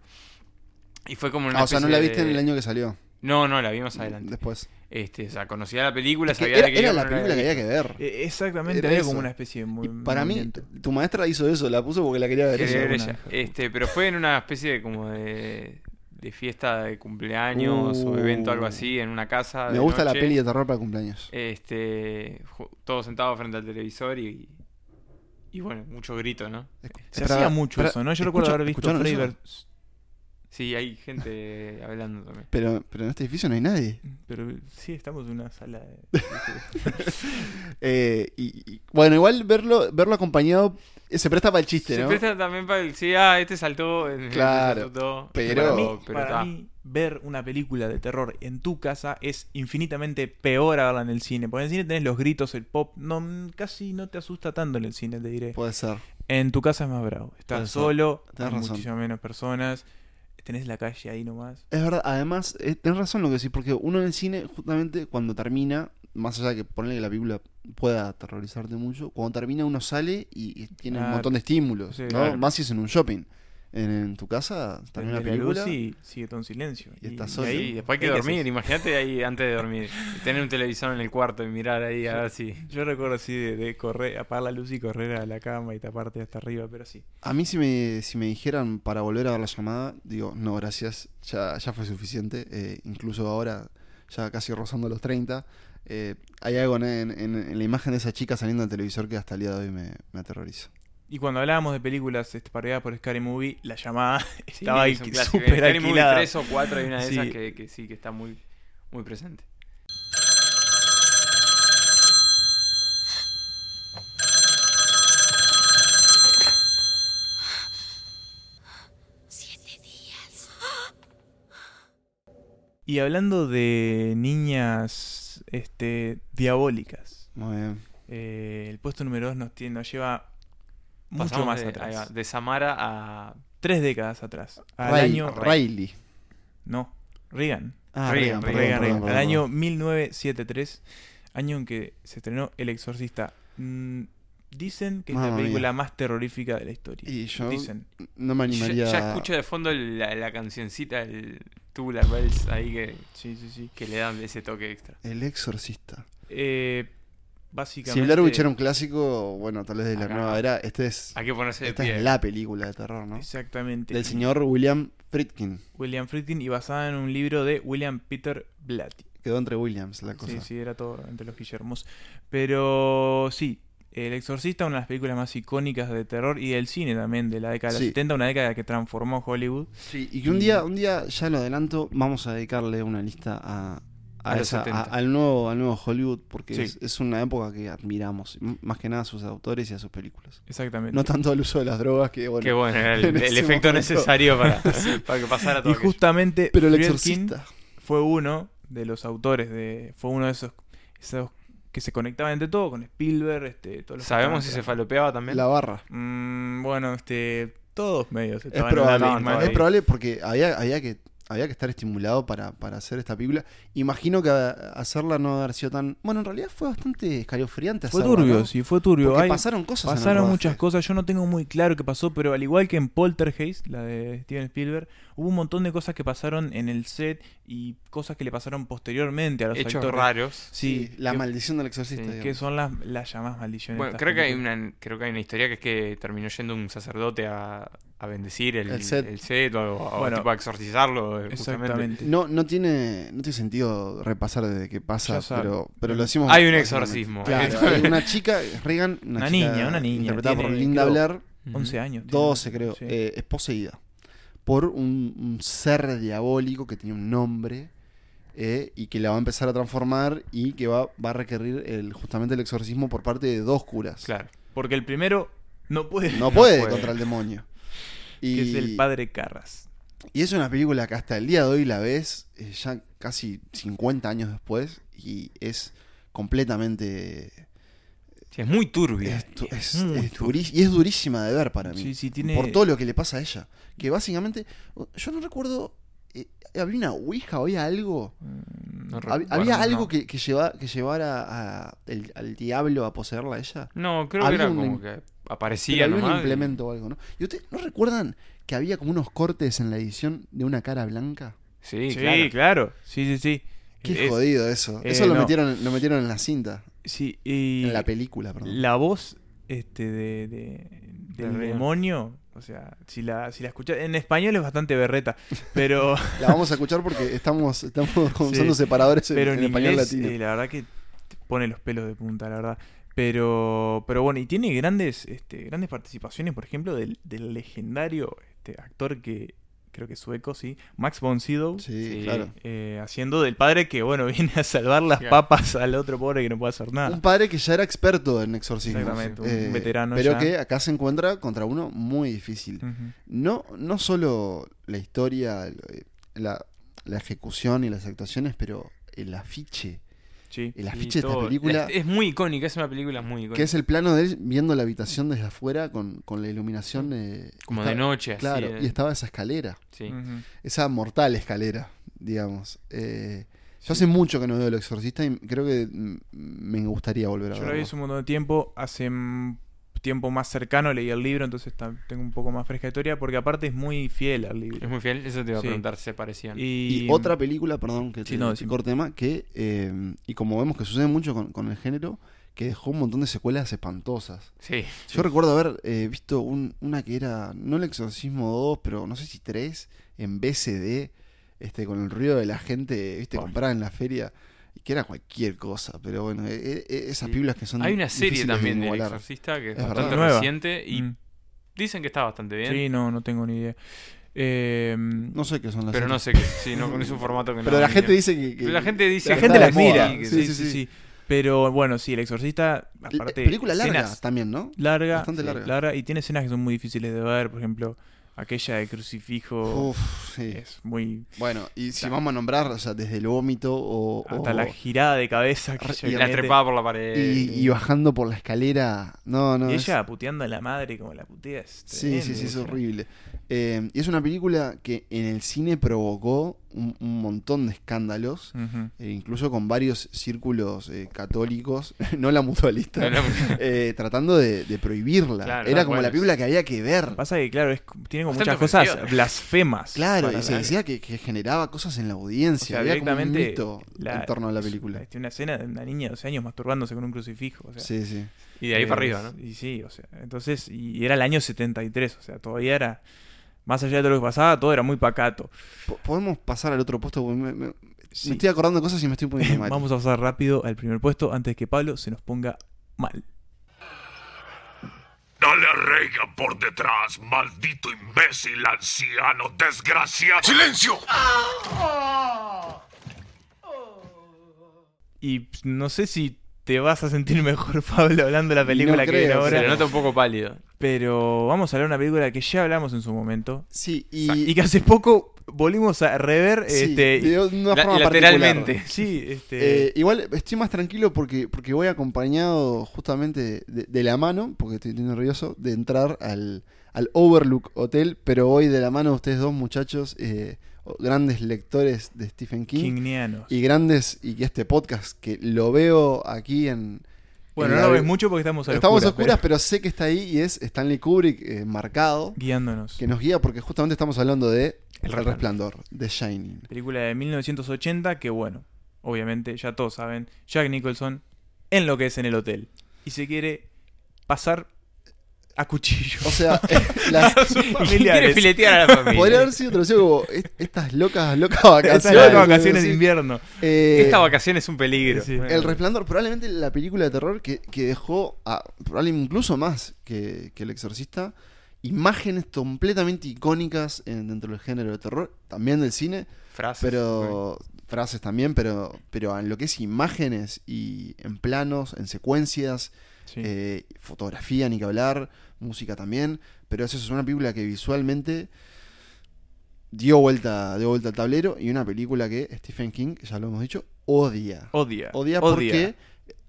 Speaker 3: Y fue como una
Speaker 2: Ah, o sea, no
Speaker 3: especie
Speaker 2: la viste
Speaker 3: de-
Speaker 2: en el año que salió.
Speaker 3: No, no, la vi más adelante.
Speaker 2: Después.
Speaker 3: Este, o sea, conocía la película,
Speaker 2: Es que
Speaker 3: sabía
Speaker 2: era,
Speaker 3: de qué
Speaker 2: era
Speaker 3: iba,
Speaker 2: la
Speaker 3: pero no
Speaker 2: película que había
Speaker 3: visto.
Speaker 2: que ver.
Speaker 1: E, Exactamente,
Speaker 2: Era
Speaker 1: había
Speaker 2: eso.
Speaker 1: como una especie de. mu-
Speaker 2: Y para mí,
Speaker 1: movimiento.
Speaker 2: tu maestra hizo eso, la puso porque la quería ver.
Speaker 3: Quería
Speaker 2: ella.
Speaker 3: ver
Speaker 1: alguna
Speaker 3: ella.
Speaker 1: vez.
Speaker 3: Este, pero fue en una especie de como de, de fiesta de cumpleaños o evento algo así en una casa.
Speaker 2: Uh. Me
Speaker 3: de
Speaker 2: gusta la
Speaker 3: noche.
Speaker 2: peli de terror para cumpleaños.
Speaker 3: Este, ju- todos sentados frente al televisor y, y bueno, mucho grito, ¿no?
Speaker 1: Se
Speaker 2: Espera,
Speaker 1: hacía mucho
Speaker 2: espera,
Speaker 1: eso, ¿no? Yo recuerdo
Speaker 2: ¿escucha-
Speaker 1: haber visto
Speaker 2: escucharon
Speaker 1: Freddy
Speaker 2: eso?
Speaker 1: vers-
Speaker 3: Sí, hay gente hablando también.
Speaker 2: Pero, pero en este edificio no hay nadie.
Speaker 1: Pero sí, estamos en una sala. de-
Speaker 2: Eh, y, y- bueno, igual verlo, verlo acompañado eh, se presta para el chiste,
Speaker 3: Se
Speaker 2: ¿no?
Speaker 3: presta también para el, sí, ah, este saltó, eh, este
Speaker 2: Claro,
Speaker 3: saltó,
Speaker 2: pero-
Speaker 1: para mí,
Speaker 3: pero
Speaker 1: para
Speaker 3: está.
Speaker 1: mí, ver una película de terror en tu casa es infinitamente peor a verla en el cine. Porque en el cine tenés los gritos, el pop. No, mm, casi no te asusta tanto en el cine, te diré.
Speaker 2: Puede ser.
Speaker 1: En tu casa es más bravo.
Speaker 2: Puede
Speaker 1: Estás
Speaker 2: ser.
Speaker 1: solo,
Speaker 2: Tenés
Speaker 1: hay
Speaker 2: razón.
Speaker 1: muchísimas menos personas. Tenés la calle ahí nomás.
Speaker 2: Es verdad, además, eh, tenés razón lo que decís, porque uno en el cine, justamente cuando termina, más allá de que ponerle que la película pueda aterrorizarte mucho, cuando termina uno sale y, y tiene un
Speaker 1: Claro.
Speaker 2: montón de estímulos,
Speaker 1: Ah, Sí,
Speaker 2: ¿no?
Speaker 1: claro.
Speaker 2: Más si es en un shopping. En, en tu casa, termina la
Speaker 1: Prendés la luz
Speaker 2: película.
Speaker 1: y sigue todo en silencio.
Speaker 2: y estás
Speaker 1: de
Speaker 2: solo.
Speaker 1: ahí-
Speaker 3: Sí, después hay que
Speaker 1: ¿qué haces?
Speaker 3: dormir, imagínate ahí antes de dormir. Y Tener un televisor en el cuarto y mirar ahí a ver si...
Speaker 1: Yo recuerdo así de, de correr, apagar la luz y correr a la cama y taparte hasta arriba, pero sí.
Speaker 2: A mí si me, si me dijeran para volver a ver la llamada, digo, no, gracias, ya, ya fue suficiente. Eh, incluso ahora, ya casi rozando los 30, eh, hay algo en, en- en la imagen de esa chica saliendo del televisor que hasta el día de hoy me, me aterroriza.
Speaker 1: Y cuando hablábamos de películas este, parodiadas por Scary Movie, la llamada
Speaker 3: Sí,
Speaker 1: estaba ahí
Speaker 3: es un
Speaker 1: que-
Speaker 3: clásico.
Speaker 1: súper
Speaker 3: Scary Movie
Speaker 1: alquilada.
Speaker 3: 3 o 4 hay una de
Speaker 1: Sí.
Speaker 3: esas que, que sí, que está muy, muy presente.
Speaker 1: Y hablando de niñas este, diabólicas,
Speaker 2: Muy bien.
Speaker 1: eh, el puesto número 2 nos, tiene- nos lleva mucho
Speaker 3: Pasamos
Speaker 1: más
Speaker 3: de, ahí va,
Speaker 1: atrás.
Speaker 3: de Samara a.
Speaker 1: Tres décadas atrás. Al
Speaker 2: Ray-
Speaker 1: año.
Speaker 2: Riley.
Speaker 1: No, Reagan.
Speaker 2: Ah,
Speaker 3: Reagan,
Speaker 2: perdón,
Speaker 1: Reagan, Reagan.
Speaker 2: perdón, perdón,
Speaker 1: Al año
Speaker 2: perdón.
Speaker 1: 1973, año en que se estrenó El Exorcista. Mm, dicen que es la
Speaker 2: Mamma
Speaker 1: película más terrorífica de la historia.
Speaker 2: Y yo
Speaker 1: Dicen.
Speaker 2: no me
Speaker 3: Ya,
Speaker 2: animaría.
Speaker 3: ya escucho de fondo la, la cancioncita, el Tubular Bells ahí que,
Speaker 1: Sí, sí, sí.
Speaker 3: que le dan ese toque extra.
Speaker 2: El Exorcista.
Speaker 1: Eh, básicamente.
Speaker 2: Si Blair era un clásico, bueno, tal vez de la
Speaker 3: Acá.
Speaker 2: nueva era, este es,
Speaker 3: Hay que ponerse de
Speaker 2: esta
Speaker 3: pie.
Speaker 2: es la película de terror, ¿no?
Speaker 1: Exactamente.
Speaker 2: Del
Speaker 1: Y
Speaker 2: señor William Friedkin.
Speaker 1: William Friedkin y basada en un libro de William Peter Blatty.
Speaker 2: Quedó entre Williams la cosa.
Speaker 1: Sí, sí, era todo entre los Guillermos. Pero sí, El Exorcista, una de las películas más icónicas de terror y del cine también de la década de
Speaker 2: Sí.
Speaker 1: los 70, una década que transformó Hollywood.
Speaker 2: Sí, y que un día, un día, ya lo adelanto, vamos a dedicarle una lista a, a
Speaker 3: A los
Speaker 2: esa- a-
Speaker 3: 70.
Speaker 2: al, nuevo, al nuevo Hollywood, porque
Speaker 1: Sí.
Speaker 2: es, es una época que admiramos, m- más que nada a sus autores y a sus películas.
Speaker 1: Exactamente.
Speaker 2: No tanto al uso de las drogas, que bueno.
Speaker 3: Qué bueno, era el,
Speaker 2: En
Speaker 3: el
Speaker 2: ese
Speaker 3: efecto
Speaker 2: momento.
Speaker 3: necesario para, para que pasara todo.
Speaker 1: y
Speaker 3: aquello.
Speaker 1: justamente
Speaker 2: pero el
Speaker 1: Friedkin
Speaker 2: exorcista.
Speaker 1: fue uno de los autores de fue uno de esos, esos que se conectaban entre todo con Spielberg, este, todos los que
Speaker 3: ¿Sabemos si se
Speaker 1: estaban
Speaker 3: falopeaba también?
Speaker 2: La barra.
Speaker 1: tra- Mm, bueno, este todos medios
Speaker 2: Es
Speaker 1: estaban en la
Speaker 2: probable,
Speaker 1: misma
Speaker 3: no,
Speaker 2: es
Speaker 1: ahí.
Speaker 2: probable porque había, había que, había que estar estimulado para, para hacer esta película. Imagino que a- hacerla no haber sido tan. Bueno, en realidad fue bastante escalofriante.
Speaker 1: Fue
Speaker 2: hacerla,
Speaker 1: turbio,
Speaker 2: ¿no?
Speaker 1: sí, fue turbio.
Speaker 2: Porque
Speaker 1: Hay-
Speaker 2: pasaron cosas. en el
Speaker 1: Pasaron
Speaker 2: rodaje.
Speaker 1: muchas cosas, yo no tengo muy claro qué pasó, pero al igual que en Poltergeist, la de Steven Spielberg, hubo un montón de cosas que pasaron en el set y cosas que le pasaron posteriormente a los
Speaker 3: Hechos
Speaker 1: actores.
Speaker 3: raros.
Speaker 1: Sí,
Speaker 2: Sí, la
Speaker 1: que,
Speaker 2: maldición del exorcista.
Speaker 3: sí,
Speaker 2: digamos.
Speaker 1: que son las, las llamadas maldiciones.
Speaker 3: Bueno,
Speaker 1: estas
Speaker 3: creo que, hay
Speaker 1: películas.
Speaker 3: una, creo que hay una historia que es que terminó yendo un sacerdote a, a bendecir el,
Speaker 2: El set.
Speaker 3: el set o, o
Speaker 1: Bueno,
Speaker 3: tipo a exorcizarlo. eh, Justamente.
Speaker 1: Exactamente.
Speaker 2: No, no tiene, no tiene sentido repasar desde qué pasa,
Speaker 1: Ya sabe.
Speaker 2: pero, pero lo decimos.
Speaker 3: Hay un
Speaker 2: básicamente.
Speaker 3: exorcismo.
Speaker 2: Claro, hay una chica, Reagan, una,
Speaker 1: Una
Speaker 2: chica
Speaker 1: niña, una niña,
Speaker 2: Interpretada por
Speaker 1: tiene,
Speaker 2: Linda
Speaker 1: creo,
Speaker 2: Blair,
Speaker 3: Ujú.
Speaker 1: 11 años. tiene.
Speaker 2: 12 creo,
Speaker 1: Sí.
Speaker 2: eh, es poseída por un, un ser diabólico que tiene un nombre eh, y que la va a empezar a transformar y que va, va a requerir el, justamente el exorcismo por parte de dos curas.
Speaker 3: Claro.
Speaker 1: Porque el primero no puede,
Speaker 2: No, puede
Speaker 3: puede.
Speaker 2: contra el demonio. Y,
Speaker 1: que es el padre Carras.
Speaker 2: Y es una película que hasta el día de hoy la ves, eh, ya casi 50 años después, y es completamente...
Speaker 3: Sí, es muy turbia. Eh,
Speaker 2: Es, tu- es-
Speaker 1: muy
Speaker 2: es duri- y es durísima de ver para mí.
Speaker 1: Mm. Sí, sí, tiene-
Speaker 2: Por todo lo que le pasa a ella. Que básicamente, yo no recuerdo, eh, había una ouija, había algo...
Speaker 1: Mm,
Speaker 3: No
Speaker 2: hab-
Speaker 3: recuerdo,
Speaker 2: había algo
Speaker 3: no.
Speaker 2: que, que, lleva- que llevara a- el- al diablo a poseerla a ella.
Speaker 3: No, creo que
Speaker 2: Había
Speaker 3: era
Speaker 2: un
Speaker 3: como
Speaker 2: im-
Speaker 3: que
Speaker 2: Pero
Speaker 3: aparecía
Speaker 2: había un
Speaker 3: nomás y-
Speaker 2: implemento o algo, ¿no? ¿Y ustedes no recuerdan que había como unos cortes en la edición de una cara blanca?
Speaker 3: Sí,
Speaker 1: Sí,
Speaker 3: claro.
Speaker 1: claro. Sí, sí, sí.
Speaker 2: Qué
Speaker 1: Es-
Speaker 2: jodido eso.
Speaker 1: eh,
Speaker 2: eso lo,
Speaker 1: no.
Speaker 2: metieron, lo metieron en la cinta.
Speaker 1: Sí, y
Speaker 2: En la película, perdón.
Speaker 1: la voz este de, de- del
Speaker 3: Reagan.
Speaker 1: demonio, o sea, si la, si la escuchas, en español es bastante berreta, pero,
Speaker 2: La vamos a escuchar porque estamos, estamos usando separadores en,
Speaker 1: pero
Speaker 2: en
Speaker 1: en,
Speaker 2: español
Speaker 1: inglés
Speaker 2: latino.
Speaker 1: eh, la verdad que te pone los pelos de punta, la verdad. Pero, pero bueno, y tiene grandes, este, grandes participaciones, por ejemplo, del, del legendario este, actor que creo que es sueco, sí, Max von Sydow,
Speaker 2: Sí,
Speaker 3: Sí.
Speaker 2: claro.
Speaker 1: eh, haciendo del padre que, bueno, viene a salvar las
Speaker 3: Claro.
Speaker 1: papas al otro pobre que no puede hacer nada.
Speaker 2: Un padre que ya era experto en exorcismos.
Speaker 1: Ah.
Speaker 2: eh,
Speaker 1: Exactamente, un veterano
Speaker 2: Pero
Speaker 1: ya. Mm.
Speaker 2: que acá se encuentra contra uno muy difícil.
Speaker 1: Ujú.
Speaker 2: No, no solo la historia, eh, la, la ejecución y las actuaciones, pero el afiche.
Speaker 1: Sí.
Speaker 2: El
Speaker 3: Sí,
Speaker 2: afiche de esta
Speaker 3: todo.
Speaker 2: película.
Speaker 3: Es, es muy icónica, es una película muy icónica.
Speaker 2: Que es el plano de él viendo la habitación desde afuera con, con la iluminación. eh,
Speaker 3: Como
Speaker 2: está-
Speaker 3: de noche, así.
Speaker 2: Claro,
Speaker 3: eh.
Speaker 2: y estaba esa escalera.
Speaker 3: Sí.
Speaker 1: Ujú.
Speaker 2: esa mortal escalera, digamos. Eh,
Speaker 1: Sí.
Speaker 2: Yo hace mucho que no veo El Exorcista y creo que mm, me gustaría volver a
Speaker 1: Yo lo
Speaker 2: verlo.
Speaker 1: vi hace un montón de tiempo, hace mm, tiempo más cercano leí el libro, entonces tam- tengo un poco más fresca historia, porque aparte es muy fiel al libro.
Speaker 3: Es muy fiel. Eso te iba a
Speaker 1: Sí.
Speaker 3: preguntar si se parecían.
Speaker 1: Y, mm,
Speaker 2: Y otra película, perdón, que
Speaker 1: Sí,
Speaker 2: te,
Speaker 1: no,
Speaker 2: te
Speaker 1: decime.
Speaker 2: corte tema, que, eh, y como vemos que sucede mucho con, con el género, que dejó un montón de secuelas espantosas.
Speaker 3: Sí.
Speaker 2: Yo recuerdo haber eh, visto un- una que era, no el Exorcismo 2, pero no sé si 3, en BCD, este, con el ruido de la gente, viste, comprada en la feria, y que era cualquier cosa, pero bueno, e- e- esas
Speaker 3: Sí.
Speaker 2: películas que son...
Speaker 3: Hay una serie
Speaker 2: difíciles de
Speaker 3: también del
Speaker 2: igualar.
Speaker 3: Exorcista que
Speaker 2: Es
Speaker 3: es, bastante
Speaker 1: verdad. Nueva.
Speaker 3: reciente y
Speaker 1: Mm.
Speaker 3: Dicen que está bastante bien.
Speaker 1: Sí, no, no tengo ni idea. Eh,
Speaker 2: No sé qué son las
Speaker 3: Pero no
Speaker 2: series.
Speaker 3: sé qué. Sí, no, es un formato que no.
Speaker 2: Pero la
Speaker 3: ni-
Speaker 2: gente dice que. que-
Speaker 3: Pero la gente dice.
Speaker 1: la
Speaker 2: que
Speaker 1: gente
Speaker 2: está
Speaker 1: las
Speaker 2: de moda.
Speaker 1: mira.
Speaker 3: Sí, que-
Speaker 1: Sí, sí, sí, Pero bueno, sí, El Exorcista, aparte.
Speaker 2: Eh, película larga
Speaker 1: escenas
Speaker 2: también, ¿no?
Speaker 1: larga,
Speaker 2: Bastante
Speaker 1: sí,
Speaker 2: larga.
Speaker 1: Y tiene escenas que son muy difíciles de ver. Por ejemplo, aquella de crucifijo
Speaker 2: Uf, sí.
Speaker 1: es muy.
Speaker 2: Bueno, y si
Speaker 1: Está.
Speaker 2: vamos a nombrar, o sea, desde el vómito o.
Speaker 1: Hasta
Speaker 2: o-
Speaker 1: la girada de cabeza que
Speaker 2: Oh. Re-
Speaker 1: ella
Speaker 2: y
Speaker 3: Y
Speaker 1: le
Speaker 3: la
Speaker 1: mete.
Speaker 3: trepada por la pared.
Speaker 2: y, y bajando por la escalera. No, no.
Speaker 1: Y
Speaker 2: es-
Speaker 1: ella puteando a la madre como la putea. es
Speaker 2: Sí, sí, sí,
Speaker 1: tremendo,
Speaker 2: es
Speaker 1: o sea.
Speaker 2: horrible. Eh, y es una película que en el cine provocó un, un montón de escándalos,
Speaker 1: Ujú.
Speaker 2: eh, incluso con varios círculos eh, católicos, no la mutualista,
Speaker 3: No, no,
Speaker 2: eh, tratando de, de prohibirla.
Speaker 3: Claro,
Speaker 2: Era
Speaker 3: no,
Speaker 2: como
Speaker 3: bueno,
Speaker 2: la película que había que ver.
Speaker 1: pues. Pasa que, claro, es, tiene como muchas
Speaker 3: Bastante
Speaker 1: cosas
Speaker 3: ofensiva.
Speaker 1: blasfemas.
Speaker 2: Claro,
Speaker 1: para
Speaker 2: y se
Speaker 1: la-
Speaker 2: decía que, que generaba cosas en la
Speaker 1: o
Speaker 2: audiencia.
Speaker 1: sea,
Speaker 2: había como un
Speaker 1: directamente
Speaker 2: mito
Speaker 1: la-
Speaker 2: en torno a la
Speaker 1: es-
Speaker 2: película.
Speaker 1: es una escena de una niña de 12 años masturbándose con un crucifijo. o sea,
Speaker 2: Sí, sí.
Speaker 3: y de ahí
Speaker 1: es-
Speaker 3: para arriba, ¿no?
Speaker 1: Y sí, o sea, entonces, y era el año 73, o sea, todavía era, más allá de todo lo que pasaba, todo era muy pacato.
Speaker 2: Po- Podemos pasar al otro puesto. porque Me, me- me
Speaker 1: Sí.
Speaker 2: estoy acordando de cosas y me estoy poniendo mal.
Speaker 1: Vamos a pasar rápido al primer puesto antes que Pablo se nos ponga mal.
Speaker 7: Dale a Reagan por detrás, maldito imbécil, anciano, desgraciado. ¡Silencio!
Speaker 1: Y pues, no sé si te vas a sentir mejor, Pablo, hablando de la película que
Speaker 2: creo,
Speaker 1: viene
Speaker 2: se
Speaker 1: ahora,
Speaker 3: Se le nota un poco pálido.
Speaker 1: pero vamos a hablar de una película que ya hablamos en su momento
Speaker 2: Sí,
Speaker 1: y,
Speaker 2: y.
Speaker 1: que hace poco volvimos a rever.
Speaker 2: sí,
Speaker 1: este,
Speaker 2: de una
Speaker 3: La-
Speaker 2: forma
Speaker 3: lateralmente.
Speaker 2: particular.
Speaker 1: sí, este,
Speaker 2: Eh, igual estoy más tranquilo porque, porque voy acompañado justamente de, de la mano, porque estoy, estoy nervioso, de entrar al, al Overlook Hotel, pero hoy de la mano de ustedes dos muchachos, eh, grandes lectores de Stephen King.
Speaker 1: Kingnianos.
Speaker 2: y grandes y que este podcast que lo veo aquí en
Speaker 1: Bueno,
Speaker 2: en
Speaker 1: no
Speaker 2: la-
Speaker 1: lo ves mucho porque estamos a
Speaker 2: estamos
Speaker 1: oscuras, ¿eh?
Speaker 2: oscuras pero... sé que está ahí y es Stanley Kubrick eh, marcado
Speaker 1: pero guiándonos.
Speaker 2: que nos guía porque justamente estamos hablando de
Speaker 3: El
Speaker 2: El Resplandor de Shining
Speaker 1: Película de 1980 que, bueno, obviamente ya todos saben, Jack Nicholson enloquece en el hotel y se quiere pasar a cuchillo.
Speaker 2: o sea las-
Speaker 3: Quiere
Speaker 1: familiares.
Speaker 3: filetear a la familia.
Speaker 2: podría haber sido traducido como "Est- estas locas locas vacaciones
Speaker 1: Estas las vacaciones de
Speaker 2: Sí.
Speaker 1: invierno.
Speaker 2: Eh,
Speaker 3: Esta vacación es un peligro.
Speaker 1: Sí.
Speaker 3: Bueno.
Speaker 2: El Resplandor, probablemente la película de terror que, que dejó, a, probablemente incluso más que, que El Exorcista, imágenes completamente icónicas en- dentro del género de terror, también del cine,
Speaker 3: Frases. bueno.
Speaker 2: pero frases también, pero, pero en lo que es imágenes y en planos, en secuencias,
Speaker 1: Sí.
Speaker 2: eh, fotografía, ni que hablar, música también, pero es eso, es una película que visualmente dio vuelta, dio vuelta al tablero y una película que Stephen King, ya lo hemos dicho, odia
Speaker 1: odia.
Speaker 2: odia porque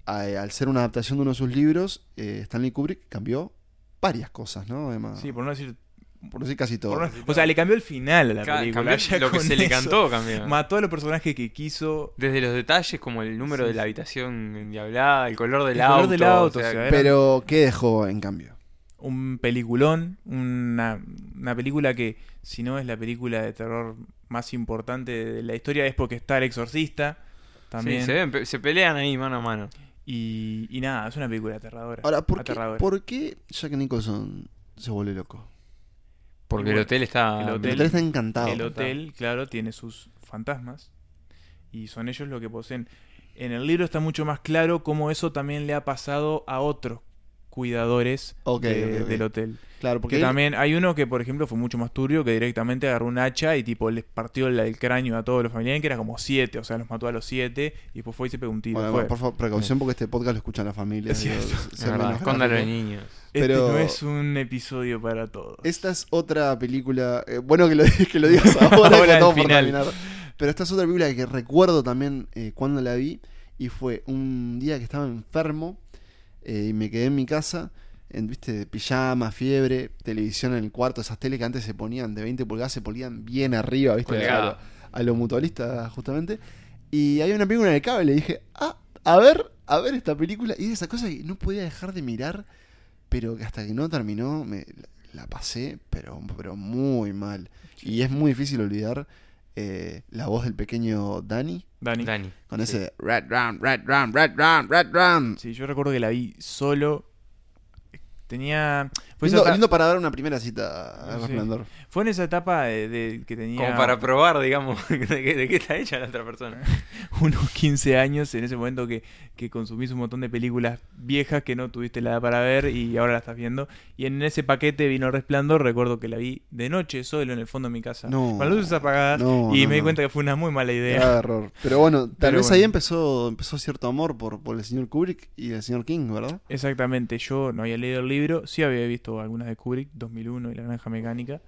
Speaker 2: a- al ser una adaptación de uno de sus libros, eh, Stanley Kubrick cambió varias cosas, ¿no? Además,
Speaker 1: Sí, por no decir.
Speaker 2: por decir casi todo.
Speaker 1: por no- o sea, le cambió el final a la
Speaker 3: Ca-
Speaker 1: película.
Speaker 3: cambió
Speaker 1: ya
Speaker 3: lo que
Speaker 1: con
Speaker 3: se le
Speaker 1: eso.
Speaker 3: cantó cambió.
Speaker 1: Mató a los personajes que quiso.
Speaker 3: Desde los detalles, como el número
Speaker 1: Sí,
Speaker 3: de la
Speaker 1: sí.
Speaker 3: habitación endiablada, el color del
Speaker 1: El
Speaker 3: auto.
Speaker 1: color del auto,
Speaker 3: o sea,
Speaker 1: o sea, era-
Speaker 2: Pero, ¿qué dejó en cambio?
Speaker 1: un peliculón, una, una película que si no es la película de terror más importante de la historia es porque está El Exorcista también.
Speaker 3: Sí, se, ven, pe- se pelean ahí mano a mano.
Speaker 1: y, y nada, es una película aterradora.
Speaker 2: Ahora, ¿por qué,
Speaker 1: Aterradora.
Speaker 2: ¿por qué Jack Nicholson se vuelve loco?
Speaker 3: Porque
Speaker 1: bueno,
Speaker 3: el hotel está.
Speaker 1: el
Speaker 2: El
Speaker 1: hotel-
Speaker 2: hotel está encantado.
Speaker 1: El hotel, claro, tiene sus fantasmas y son ellos lo que poseen. En el libro está mucho más claro cómo eso también le ha pasado a otros cuidadores
Speaker 2: Ok,
Speaker 1: de-
Speaker 2: ok, ok.
Speaker 1: del hotel.
Speaker 2: Claro,
Speaker 1: Porque
Speaker 2: porque él-
Speaker 1: también hay uno que, por ejemplo, fue mucho más turbio, que directamente agarró un hacha y tipo les partió el, el cráneo a todos los familiares, que era como siete, o sea, los mató a los siete y después fue y se pegó un tiro.
Speaker 2: Bueno,
Speaker 1: Fue.
Speaker 2: por favor, precaución porque este podcast lo escuchan las familias.
Speaker 1: Es
Speaker 2: digo,
Speaker 1: cierto.
Speaker 2: se-
Speaker 3: Es
Speaker 2: se
Speaker 3: verdad,
Speaker 2: menos
Speaker 3: escóndalo a los
Speaker 2: gráfico.
Speaker 3: niños.
Speaker 1: Este
Speaker 2: pero-
Speaker 1: no es un episodio para todos.
Speaker 2: Esta es otra película. eh, bueno, que lo, que lo digas ahora,
Speaker 1: Ahora,
Speaker 2: que estamos
Speaker 1: al
Speaker 2: por
Speaker 1: final.
Speaker 2: terminar. Pero esta es otra película que recuerdo también eh, cuando la vi. Y fue un día que estaba enfermo eh, y me quedé en mi casa. En, viste, pijama, fiebre, televisión en el cuarto, esas teles que antes se ponían de 20 pulgadas, se ponían bien arriba, viste, a
Speaker 3: Colgado.
Speaker 2: lo, a lo mutualista, justamente. Y hay una película en el cable, y dije, ah, a ver, a ver esta película. Y es esa cosa que no podía dejar de mirar pero que hasta que no terminó me la, la pasé, pero, pero muy mal. Y es muy difícil olvidar eh, la voz del pequeño Danny
Speaker 1: Dani.
Speaker 3: Dani.
Speaker 2: con ese Red Ram, Red Ram, Red Ram, Red Ram.
Speaker 1: Sí, yo recuerdo que la vi solo. Tenía. Fue, esa
Speaker 2: lindo,
Speaker 1: eta-
Speaker 2: lindo para dar una primera cita a
Speaker 1: Pues Sí.
Speaker 2: Resplandor.
Speaker 1: fue en esa etapa de, de- que tenía
Speaker 3: Como para probar, digamos, de qué, de qué está hecha la otra persona.
Speaker 1: unos 15 años, en ese momento que, que consumís un montón de películas viejas que no tuviste la edad para ver y ahora la estás viendo. Y en ese paquete vino Resplandor, recuerdo que la vi de noche solo en el fondo de mi casa.
Speaker 2: No.
Speaker 1: Con las luces apagadas
Speaker 2: No,
Speaker 1: y
Speaker 2: no,
Speaker 1: me di
Speaker 2: no.
Speaker 1: cuenta que fue una muy mala idea.
Speaker 2: Grave error. Pero bueno, tal
Speaker 1: Pero
Speaker 2: vez ahí
Speaker 1: bueno.
Speaker 2: empezó, empezó cierto amor por, por el señor Kubrick y el señor King, ¿verdad?
Speaker 1: Exactamente, yo no había leído el libro, sí había visto algunas de Kubrick, 2001 y La Granja Mecánica.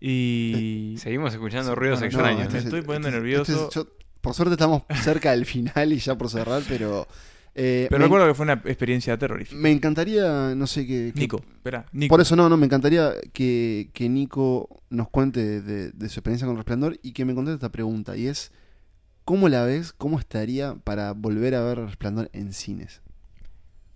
Speaker 1: Y...
Speaker 3: Seguimos escuchando
Speaker 1: no,
Speaker 3: ruidos
Speaker 1: no,
Speaker 3: extraños.
Speaker 1: este
Speaker 3: ¿eh?
Speaker 1: es- estoy poniendo
Speaker 2: este es-
Speaker 1: nervioso.
Speaker 2: este es- yo- por suerte estamos cerca del final y ya por cerrar, pero. eh,
Speaker 1: Pero
Speaker 2: me,
Speaker 1: recuerdo que fue una experiencia terrorífica.
Speaker 2: me encantaría, no sé qué. qué-
Speaker 1: Nico, espera, Nico.
Speaker 2: Por eso no, no, me encantaría que, que Nico nos cuente de, de- de su experiencia con Resplandor y que me conteste esta pregunta. Y es: ¿cómo la ves? ¿Cómo estaría para volver a ver Resplandor en cines?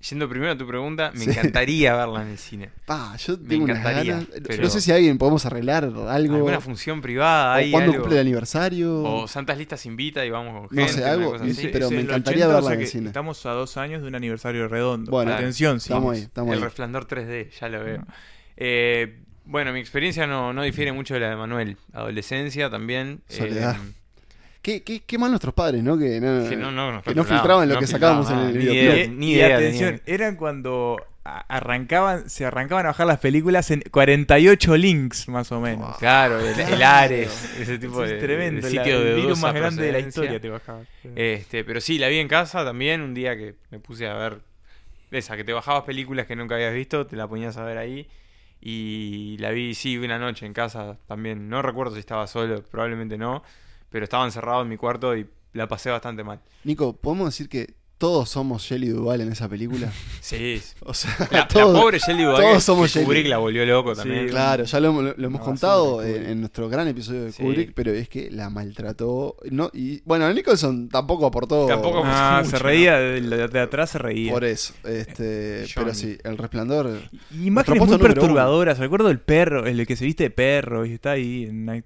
Speaker 3: Yendo primero a tu pregunta, me
Speaker 2: Sí.
Speaker 3: encantaría verla en el cine.
Speaker 2: Pa, yo
Speaker 3: Me
Speaker 2: tengo unas
Speaker 3: encantaría,
Speaker 2: ganas.
Speaker 3: pero-
Speaker 2: No sé si alguien podemos arreglar algo.
Speaker 3: ¿Alguna función privada?
Speaker 2: o
Speaker 3: Hay
Speaker 2: cuando
Speaker 3: algo?
Speaker 2: cumple el aniversario.
Speaker 3: O Santas Listas invita y vamos con
Speaker 2: No
Speaker 3: gente.
Speaker 2: sé,
Speaker 3: una
Speaker 2: algo-
Speaker 3: cosa
Speaker 1: Es-
Speaker 3: así.
Speaker 2: pero
Speaker 1: es
Speaker 2: me
Speaker 1: el
Speaker 2: encantaría verla
Speaker 1: o sea
Speaker 2: en
Speaker 1: que
Speaker 2: el cine.
Speaker 1: Estamos a dos años de un aniversario redondo.
Speaker 2: Bueno,
Speaker 1: Atención, sí.
Speaker 2: estamos ahí, estamos
Speaker 3: El
Speaker 2: ahí.
Speaker 3: resplandor 3D, ya lo veo. Eh, bueno, mi experiencia no, no difiere mucho de la de Manuel. Adolescencia también. eh,
Speaker 2: Soledad. ¿Qué, qué, qué mal nuestros padres, ¿no? Que no,
Speaker 3: que no, no, nos
Speaker 2: que no filtraban lo que
Speaker 3: filtraban
Speaker 2: sacábamos en
Speaker 3: nada,
Speaker 2: el
Speaker 3: ni
Speaker 2: videoclub.
Speaker 3: idea,
Speaker 1: Y-
Speaker 3: Ni
Speaker 1: y
Speaker 3: idea.
Speaker 1: atención,
Speaker 3: tenían.
Speaker 1: eran cuando a- arrancaban, se arrancaban a bajar las películas en 48 links, más o menos.
Speaker 3: Claro, el, el Ares, ese tipo
Speaker 1: Eso
Speaker 3: de,
Speaker 1: Ah, es
Speaker 3: de
Speaker 1: tremendo. la-
Speaker 3: sitio de
Speaker 1: el virus
Speaker 3: dudosa
Speaker 1: más grande de Eh, la historia
Speaker 3: procedencia.
Speaker 1: te bajaban.
Speaker 3: Este, pero sí, la vi en casa también, un día que me puse a ver esa, que te bajabas películas que nunca habías visto, te la ponías a ver ahí. Y la vi, sí, una noche en casa también. No recuerdo si estaba solo, probablemente no, pero estaba encerrado en mi cuarto y la pasé bastante mal.
Speaker 2: Nico, ¿podemos decir que todos somos Jelly Duval en esa película?
Speaker 3: Sí, sí.
Speaker 2: O sea,
Speaker 3: la, la
Speaker 2: todos-
Speaker 3: pobre Jelly Boy,
Speaker 2: todos somos Jelly.
Speaker 3: Kubrick la volvió loco también.
Speaker 1: Sí.
Speaker 2: Claro, ya lo, lo- lo hemos
Speaker 1: No,
Speaker 2: contado
Speaker 1: somos de
Speaker 2: en,
Speaker 1: Kubrick.
Speaker 2: en nuestro gran episodio de
Speaker 3: Sí.
Speaker 2: Kubrick, pero es que la maltrató. No, y bueno, Nicholson tampoco aportó
Speaker 3: Tampoco-
Speaker 1: Ah,
Speaker 3: mucho,
Speaker 1: se reía, de, de- de atrás se reía.
Speaker 2: por eso. Este,
Speaker 3: Eh, Johnny.
Speaker 2: pero sí, el resplandor.
Speaker 1: Y Imágenes
Speaker 2: Nuestro
Speaker 1: muy
Speaker 2: puesto número
Speaker 1: perturbadoras. Recuerdo el perro, el que se viste de perro y está ahí en una-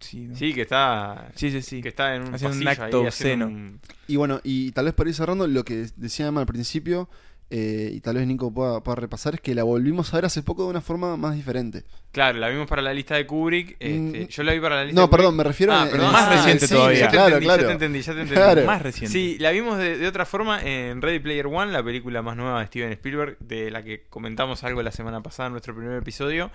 Speaker 1: Sí, ¿no?
Speaker 3: Sí, que está,
Speaker 1: sí, sí. sí.
Speaker 3: que está en un
Speaker 1: Haciendo un
Speaker 3: pasillo ahí,
Speaker 1: acto
Speaker 3: haciendo
Speaker 1: obsceno.
Speaker 3: un-
Speaker 2: Y bueno, y tal vez por ir cerrando, lo que decía Emma al principio, eh, y tal vez Nico pueda, pueda repasar, es que la volvimos a ver hace poco de una forma más diferente.
Speaker 3: Claro, la vimos para la lista de Kubrick. este,
Speaker 2: Mm,
Speaker 3: yo la vi para la lista de
Speaker 2: No,
Speaker 3: Kubrick.
Speaker 2: perdón, me refiero
Speaker 3: Ah,
Speaker 2: en- en
Speaker 3: perdón,
Speaker 2: el-
Speaker 1: más
Speaker 2: en el
Speaker 1: reciente
Speaker 2: cine,
Speaker 1: todavía.
Speaker 3: Ya te
Speaker 2: Claro,
Speaker 3: entendí, ya te
Speaker 2: claro.
Speaker 3: entendí, ya te entendí.
Speaker 2: Claro.
Speaker 1: Más reciente.
Speaker 3: Sí, la vimos de, de otra forma en Ready Player One, la película más nueva de Steven Spielberg, de la que comentamos algo la semana pasada en nuestro primer episodio,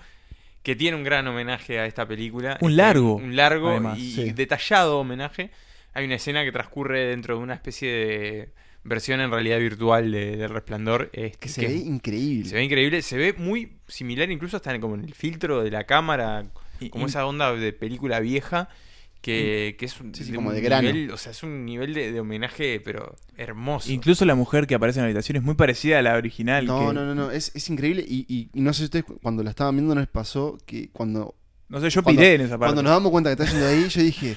Speaker 3: que tiene un gran homenaje a esta película.
Speaker 1: Un
Speaker 3: Este,
Speaker 1: largo,
Speaker 3: Un largo
Speaker 1: además,
Speaker 3: y
Speaker 2: sí.
Speaker 3: detallado homenaje. Hay una escena que transcurre dentro de una especie de versión en realidad virtual de, del Resplandor. este,
Speaker 2: Que se ve increíble.
Speaker 3: se ve increíble, se ve muy similar incluso hasta en- como en el filtro de la cámara,
Speaker 1: Y-
Speaker 3: como
Speaker 1: y-
Speaker 3: esa onda de película vieja que, que es un,
Speaker 2: Sí, sí,
Speaker 3: de
Speaker 2: como
Speaker 3: un
Speaker 2: de grano.
Speaker 3: nivel, o sea, es un nivel de, de homenaje pero hermoso.
Speaker 1: Incluso la mujer que aparece en la habitación es muy parecida a la original.
Speaker 2: Pues, No,
Speaker 1: que-
Speaker 2: no, no, no, es, es increíble. Y, y- y no sé si ustedes cu- cuando la estaban viendo no les pasó que cuando,
Speaker 1: No sé, yo
Speaker 2: Cuando-
Speaker 1: piré en esa parte.
Speaker 2: cuando nos damos cuenta que está yendo ahí, yo dije,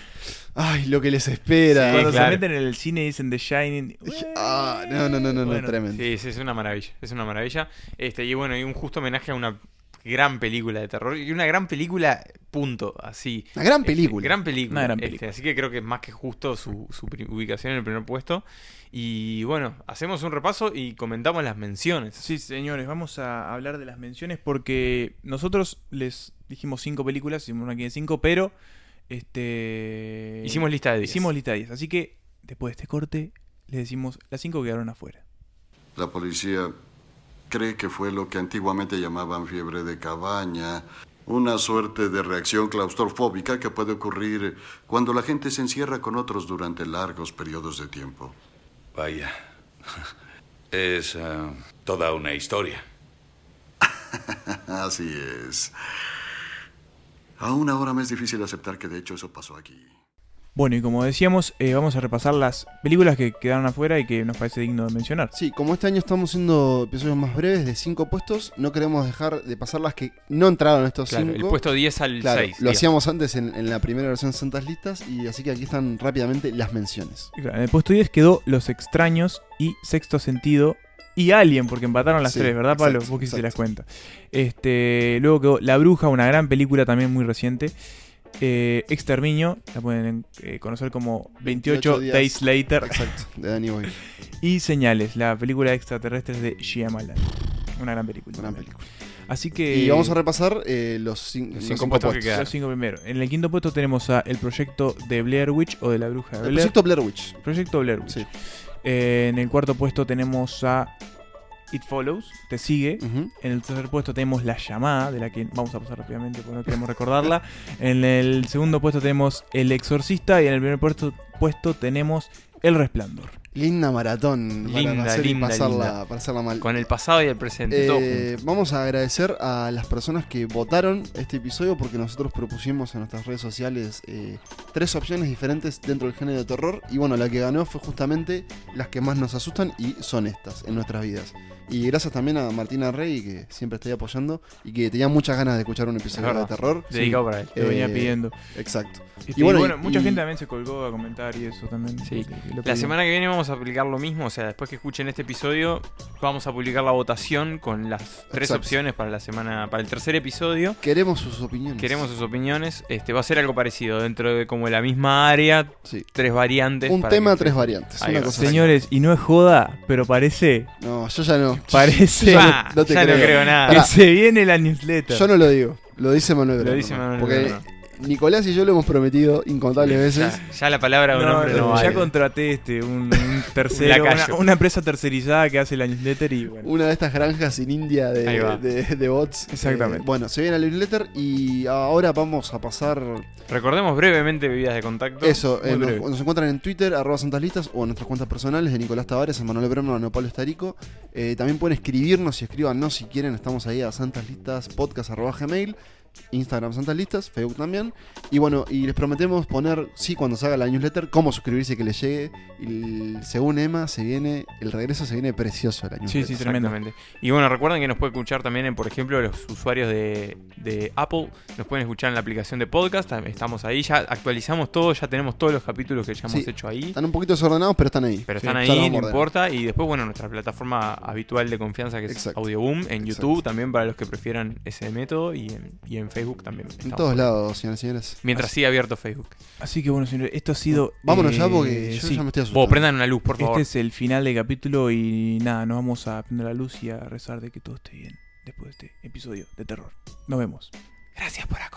Speaker 2: ay, lo que les espera.
Speaker 1: Cuando
Speaker 3: Sí, claro.
Speaker 1: se meten en el cine y dicen The Shining.
Speaker 2: Dije, ah, no, no, no, no, no,
Speaker 1: Bueno,
Speaker 2: tremendo.
Speaker 3: Sí, sí, es una maravilla, es una maravilla. Este, y bueno, y un justo homenaje a una gran película de terror y una gran película, punto, así.
Speaker 2: Una gran
Speaker 3: Este,
Speaker 2: película.
Speaker 3: gran película.
Speaker 1: Una gran
Speaker 3: Este,
Speaker 1: película.
Speaker 3: así que creo que es más que justo su, su pri- ubicación en el primer puesto. Y bueno, hacemos un repaso y comentamos las menciones.
Speaker 1: Sí, señores, vamos a hablar de las menciones porque nosotros les dijimos cinco películas, hicimos una aquí de cinco, pero este
Speaker 3: Hicimos lista de 10.
Speaker 1: hicimos lista de 10. Así que después de este corte les decimos las cinco quedaron afuera.
Speaker 8: La policía cree que fue lo que antiguamente llamaban fiebre de cabaña, una suerte de reacción claustrofóbica que puede ocurrir cuando la gente se encierra con otros durante largos periodos de tiempo.
Speaker 7: Vaya. Es ah, toda una historia.
Speaker 8: Así es. Aún ahora me es difícil aceptar que de hecho eso pasó aquí.
Speaker 1: Bueno, y como decíamos, eh, vamos a repasar las películas que quedaron afuera y que nos parece digno de mencionar.
Speaker 2: Sí, como este año estamos haciendo episodios más breves de cinco puestos, no queremos dejar de pasar las que no entraron a estos
Speaker 3: Claro, el
Speaker 2: cinco.
Speaker 3: puesto 10 al
Speaker 2: Claro,
Speaker 3: 6.
Speaker 2: lo hacíamos antes en, en la primera versión de Santas Listas, y así que aquí están rápidamente las menciones.
Speaker 1: Claro, En el puesto 10 quedó Los Extraños y Sexto Sentido y Alien, porque empataron las
Speaker 2: Sí,
Speaker 1: tres, ¿verdad, Pablo?
Speaker 2: exacto,
Speaker 1: Vos quisiste las
Speaker 2: exacto.
Speaker 1: cuenta. Este, luego quedó La Bruja, una gran película también muy reciente. Eh, Exterminio, la pueden eh, conocer como 28,
Speaker 2: 28 días.
Speaker 1: Days Later.
Speaker 2: Exacto, de Danny Boy.
Speaker 1: Y Señales, la película de extraterrestres de Shyamalan. Una gran película.
Speaker 2: Gran
Speaker 1: también.
Speaker 2: película.
Speaker 1: Así que.
Speaker 2: Y vamos a repasar eh, los, cin- los
Speaker 3: Los
Speaker 2: cinco,
Speaker 3: cinco puestos que
Speaker 2: puestos.
Speaker 3: quedaron.
Speaker 1: los cinco primeros. En el quinto puesto tenemos a el proyecto de Blair Witch o de la bruja de
Speaker 2: El
Speaker 1: Blair.
Speaker 2: proyecto Blair Witch.
Speaker 1: Proyecto Blair Witch.
Speaker 2: Sí.
Speaker 1: Eh, en el cuarto puesto tenemos a It Follows, Te Sigue.
Speaker 3: Mm.
Speaker 2: Ujú.
Speaker 1: En el tercer puesto tenemos La Llamada, de la que vamos a pasar rápidamente porque no queremos recordarla. En el segundo puesto tenemos El Exorcista y en el primer puesto, puesto tenemos El Resplandor.
Speaker 2: Linda maratón para
Speaker 3: Linda,
Speaker 2: hacer
Speaker 3: linda,
Speaker 2: y pasarla,
Speaker 3: linda.
Speaker 2: para hacerla mal.
Speaker 3: Con el pasado y el presente. todo junto.
Speaker 2: Eh, vamos a agradecer a las personas que votaron este episodio porque nosotros propusimos en nuestras redes sociales eh, tres opciones diferentes dentro del género de terror y bueno, la que ganó fue justamente las que más nos asustan y son estas en nuestras vidas. Y gracias también a Martina Rey que siempre está ahí apoyando y que tenía muchas ganas de escuchar un episodio de
Speaker 3: verdad.
Speaker 2: terror.
Speaker 3: Dedicado para él.
Speaker 1: Lo venía
Speaker 2: Eh,
Speaker 1: pidiendo.
Speaker 2: Exacto.
Speaker 1: Este, y
Speaker 2: bueno,
Speaker 1: bueno,
Speaker 2: y-
Speaker 1: mucha
Speaker 2: y-
Speaker 1: gente también se colgó a comentar y eso también. que-
Speaker 3: Sí.
Speaker 1: que lo
Speaker 3: La
Speaker 1: pedían.
Speaker 3: semana que viene vamos a aplicar lo mismo, o sea, después que escuchen este episodio, vamos a publicar la votación con las tres
Speaker 2: Exacto.
Speaker 3: opciones para la semana, para el tercer episodio.
Speaker 2: Queremos sus opiniones.
Speaker 3: Queremos sus opiniones. Este va a ser algo parecido, dentro de como la misma área,
Speaker 2: Sí.
Speaker 3: tres variantes.
Speaker 2: Un
Speaker 3: para
Speaker 2: tema,
Speaker 3: que-
Speaker 2: tres variantes.
Speaker 3: Ahí
Speaker 2: Una
Speaker 3: va.
Speaker 2: cosa así.
Speaker 1: Señores, y no es joda, pero parece,
Speaker 2: No, yo ya no.
Speaker 1: parece
Speaker 3: Bah,
Speaker 2: no te
Speaker 3: ya no
Speaker 2: creo.
Speaker 3: creo nada.
Speaker 1: que
Speaker 2: Pará.
Speaker 1: se viene la newsletter.
Speaker 2: Yo no lo digo, lo dice Manuel
Speaker 3: Lo
Speaker 2: Belgrano.
Speaker 3: dice Manuel
Speaker 2: Porque
Speaker 3: Belgrano.
Speaker 2: Nicolás y yo lo hemos prometido incontables veces.
Speaker 3: Ya, ya la palabra de un
Speaker 1: No,
Speaker 3: hombre no
Speaker 1: no, ya
Speaker 3: vale.
Speaker 1: contraté este, un, un tercero,
Speaker 3: lacayo.
Speaker 1: una, una empresa tercerizada que hace la newsletter y
Speaker 3: Uh.
Speaker 1: bueno.
Speaker 2: Una de estas granjas sin India de,
Speaker 3: Ahí va.
Speaker 2: de- de bots.
Speaker 1: Exactamente.
Speaker 2: Eh, bueno, se viene la newsletter y ahora vamos a pasar
Speaker 3: Recordemos brevemente bebidas de contacto.
Speaker 2: eso.
Speaker 3: Muy
Speaker 2: eh, nos,
Speaker 3: breve.
Speaker 2: nos encuentran en Twitter, arroba santas listas o en nuestras cuentas personales de Nicolás Tavares, Manuel Bremer, Manuel Pablo Estarico. Eh, también pueden escribirnos y escríbanos si quieren. Estamos ahí a santaslistaspodcast.gmail. Instagram Santas Listas, Facebook también. Y bueno, y les prometemos poner, sí, cuando salga la newsletter, cómo suscribirse y que les llegue. Y el- según Emma, se viene, el regreso se viene precioso a la newsletter.
Speaker 1: sí, tremendo.
Speaker 3: Exactamente. Y bueno, recuerden que nos pueden escuchar también, en, por ejemplo, los usuarios de, de Apple. Nos pueden escuchar en la aplicación de podcast. tam- Estamos ahí, ya actualizamos todo, ya tenemos todos los capítulos que ya hemos
Speaker 2: Sí.
Speaker 3: hecho ahí.
Speaker 2: Están un poquito desordenados, pero están ahí.
Speaker 3: Pero
Speaker 1: Sí,
Speaker 3: están
Speaker 2: ya los
Speaker 3: ahí,
Speaker 2: vamos a
Speaker 3: no
Speaker 2: ordenar.
Speaker 3: importa. Y después, bueno, nuestra plataforma habitual de confianza que es
Speaker 2: Exacto.
Speaker 3: Audioboom en
Speaker 2: Exacto.
Speaker 3: YouTube, también para los que prefieran ese método y en, y en Facebook también.
Speaker 2: En
Speaker 3: estamos.
Speaker 2: todos lados, señores y señores.
Speaker 3: Mientras siga abierto Facebook.
Speaker 1: Así que bueno, señores, esto ha sido.
Speaker 2: Vámonos
Speaker 1: eh,
Speaker 2: ya porque yo
Speaker 1: sí.
Speaker 2: ya me estoy asustando.
Speaker 3: Vos, prendan una luz, por favor.
Speaker 1: Este es el final del capítulo y nada, nos vamos a prender la luz y a rezar de que todo esté bien después de este episodio de terror. Nos vemos.
Speaker 3: Gracias por acompañarnos.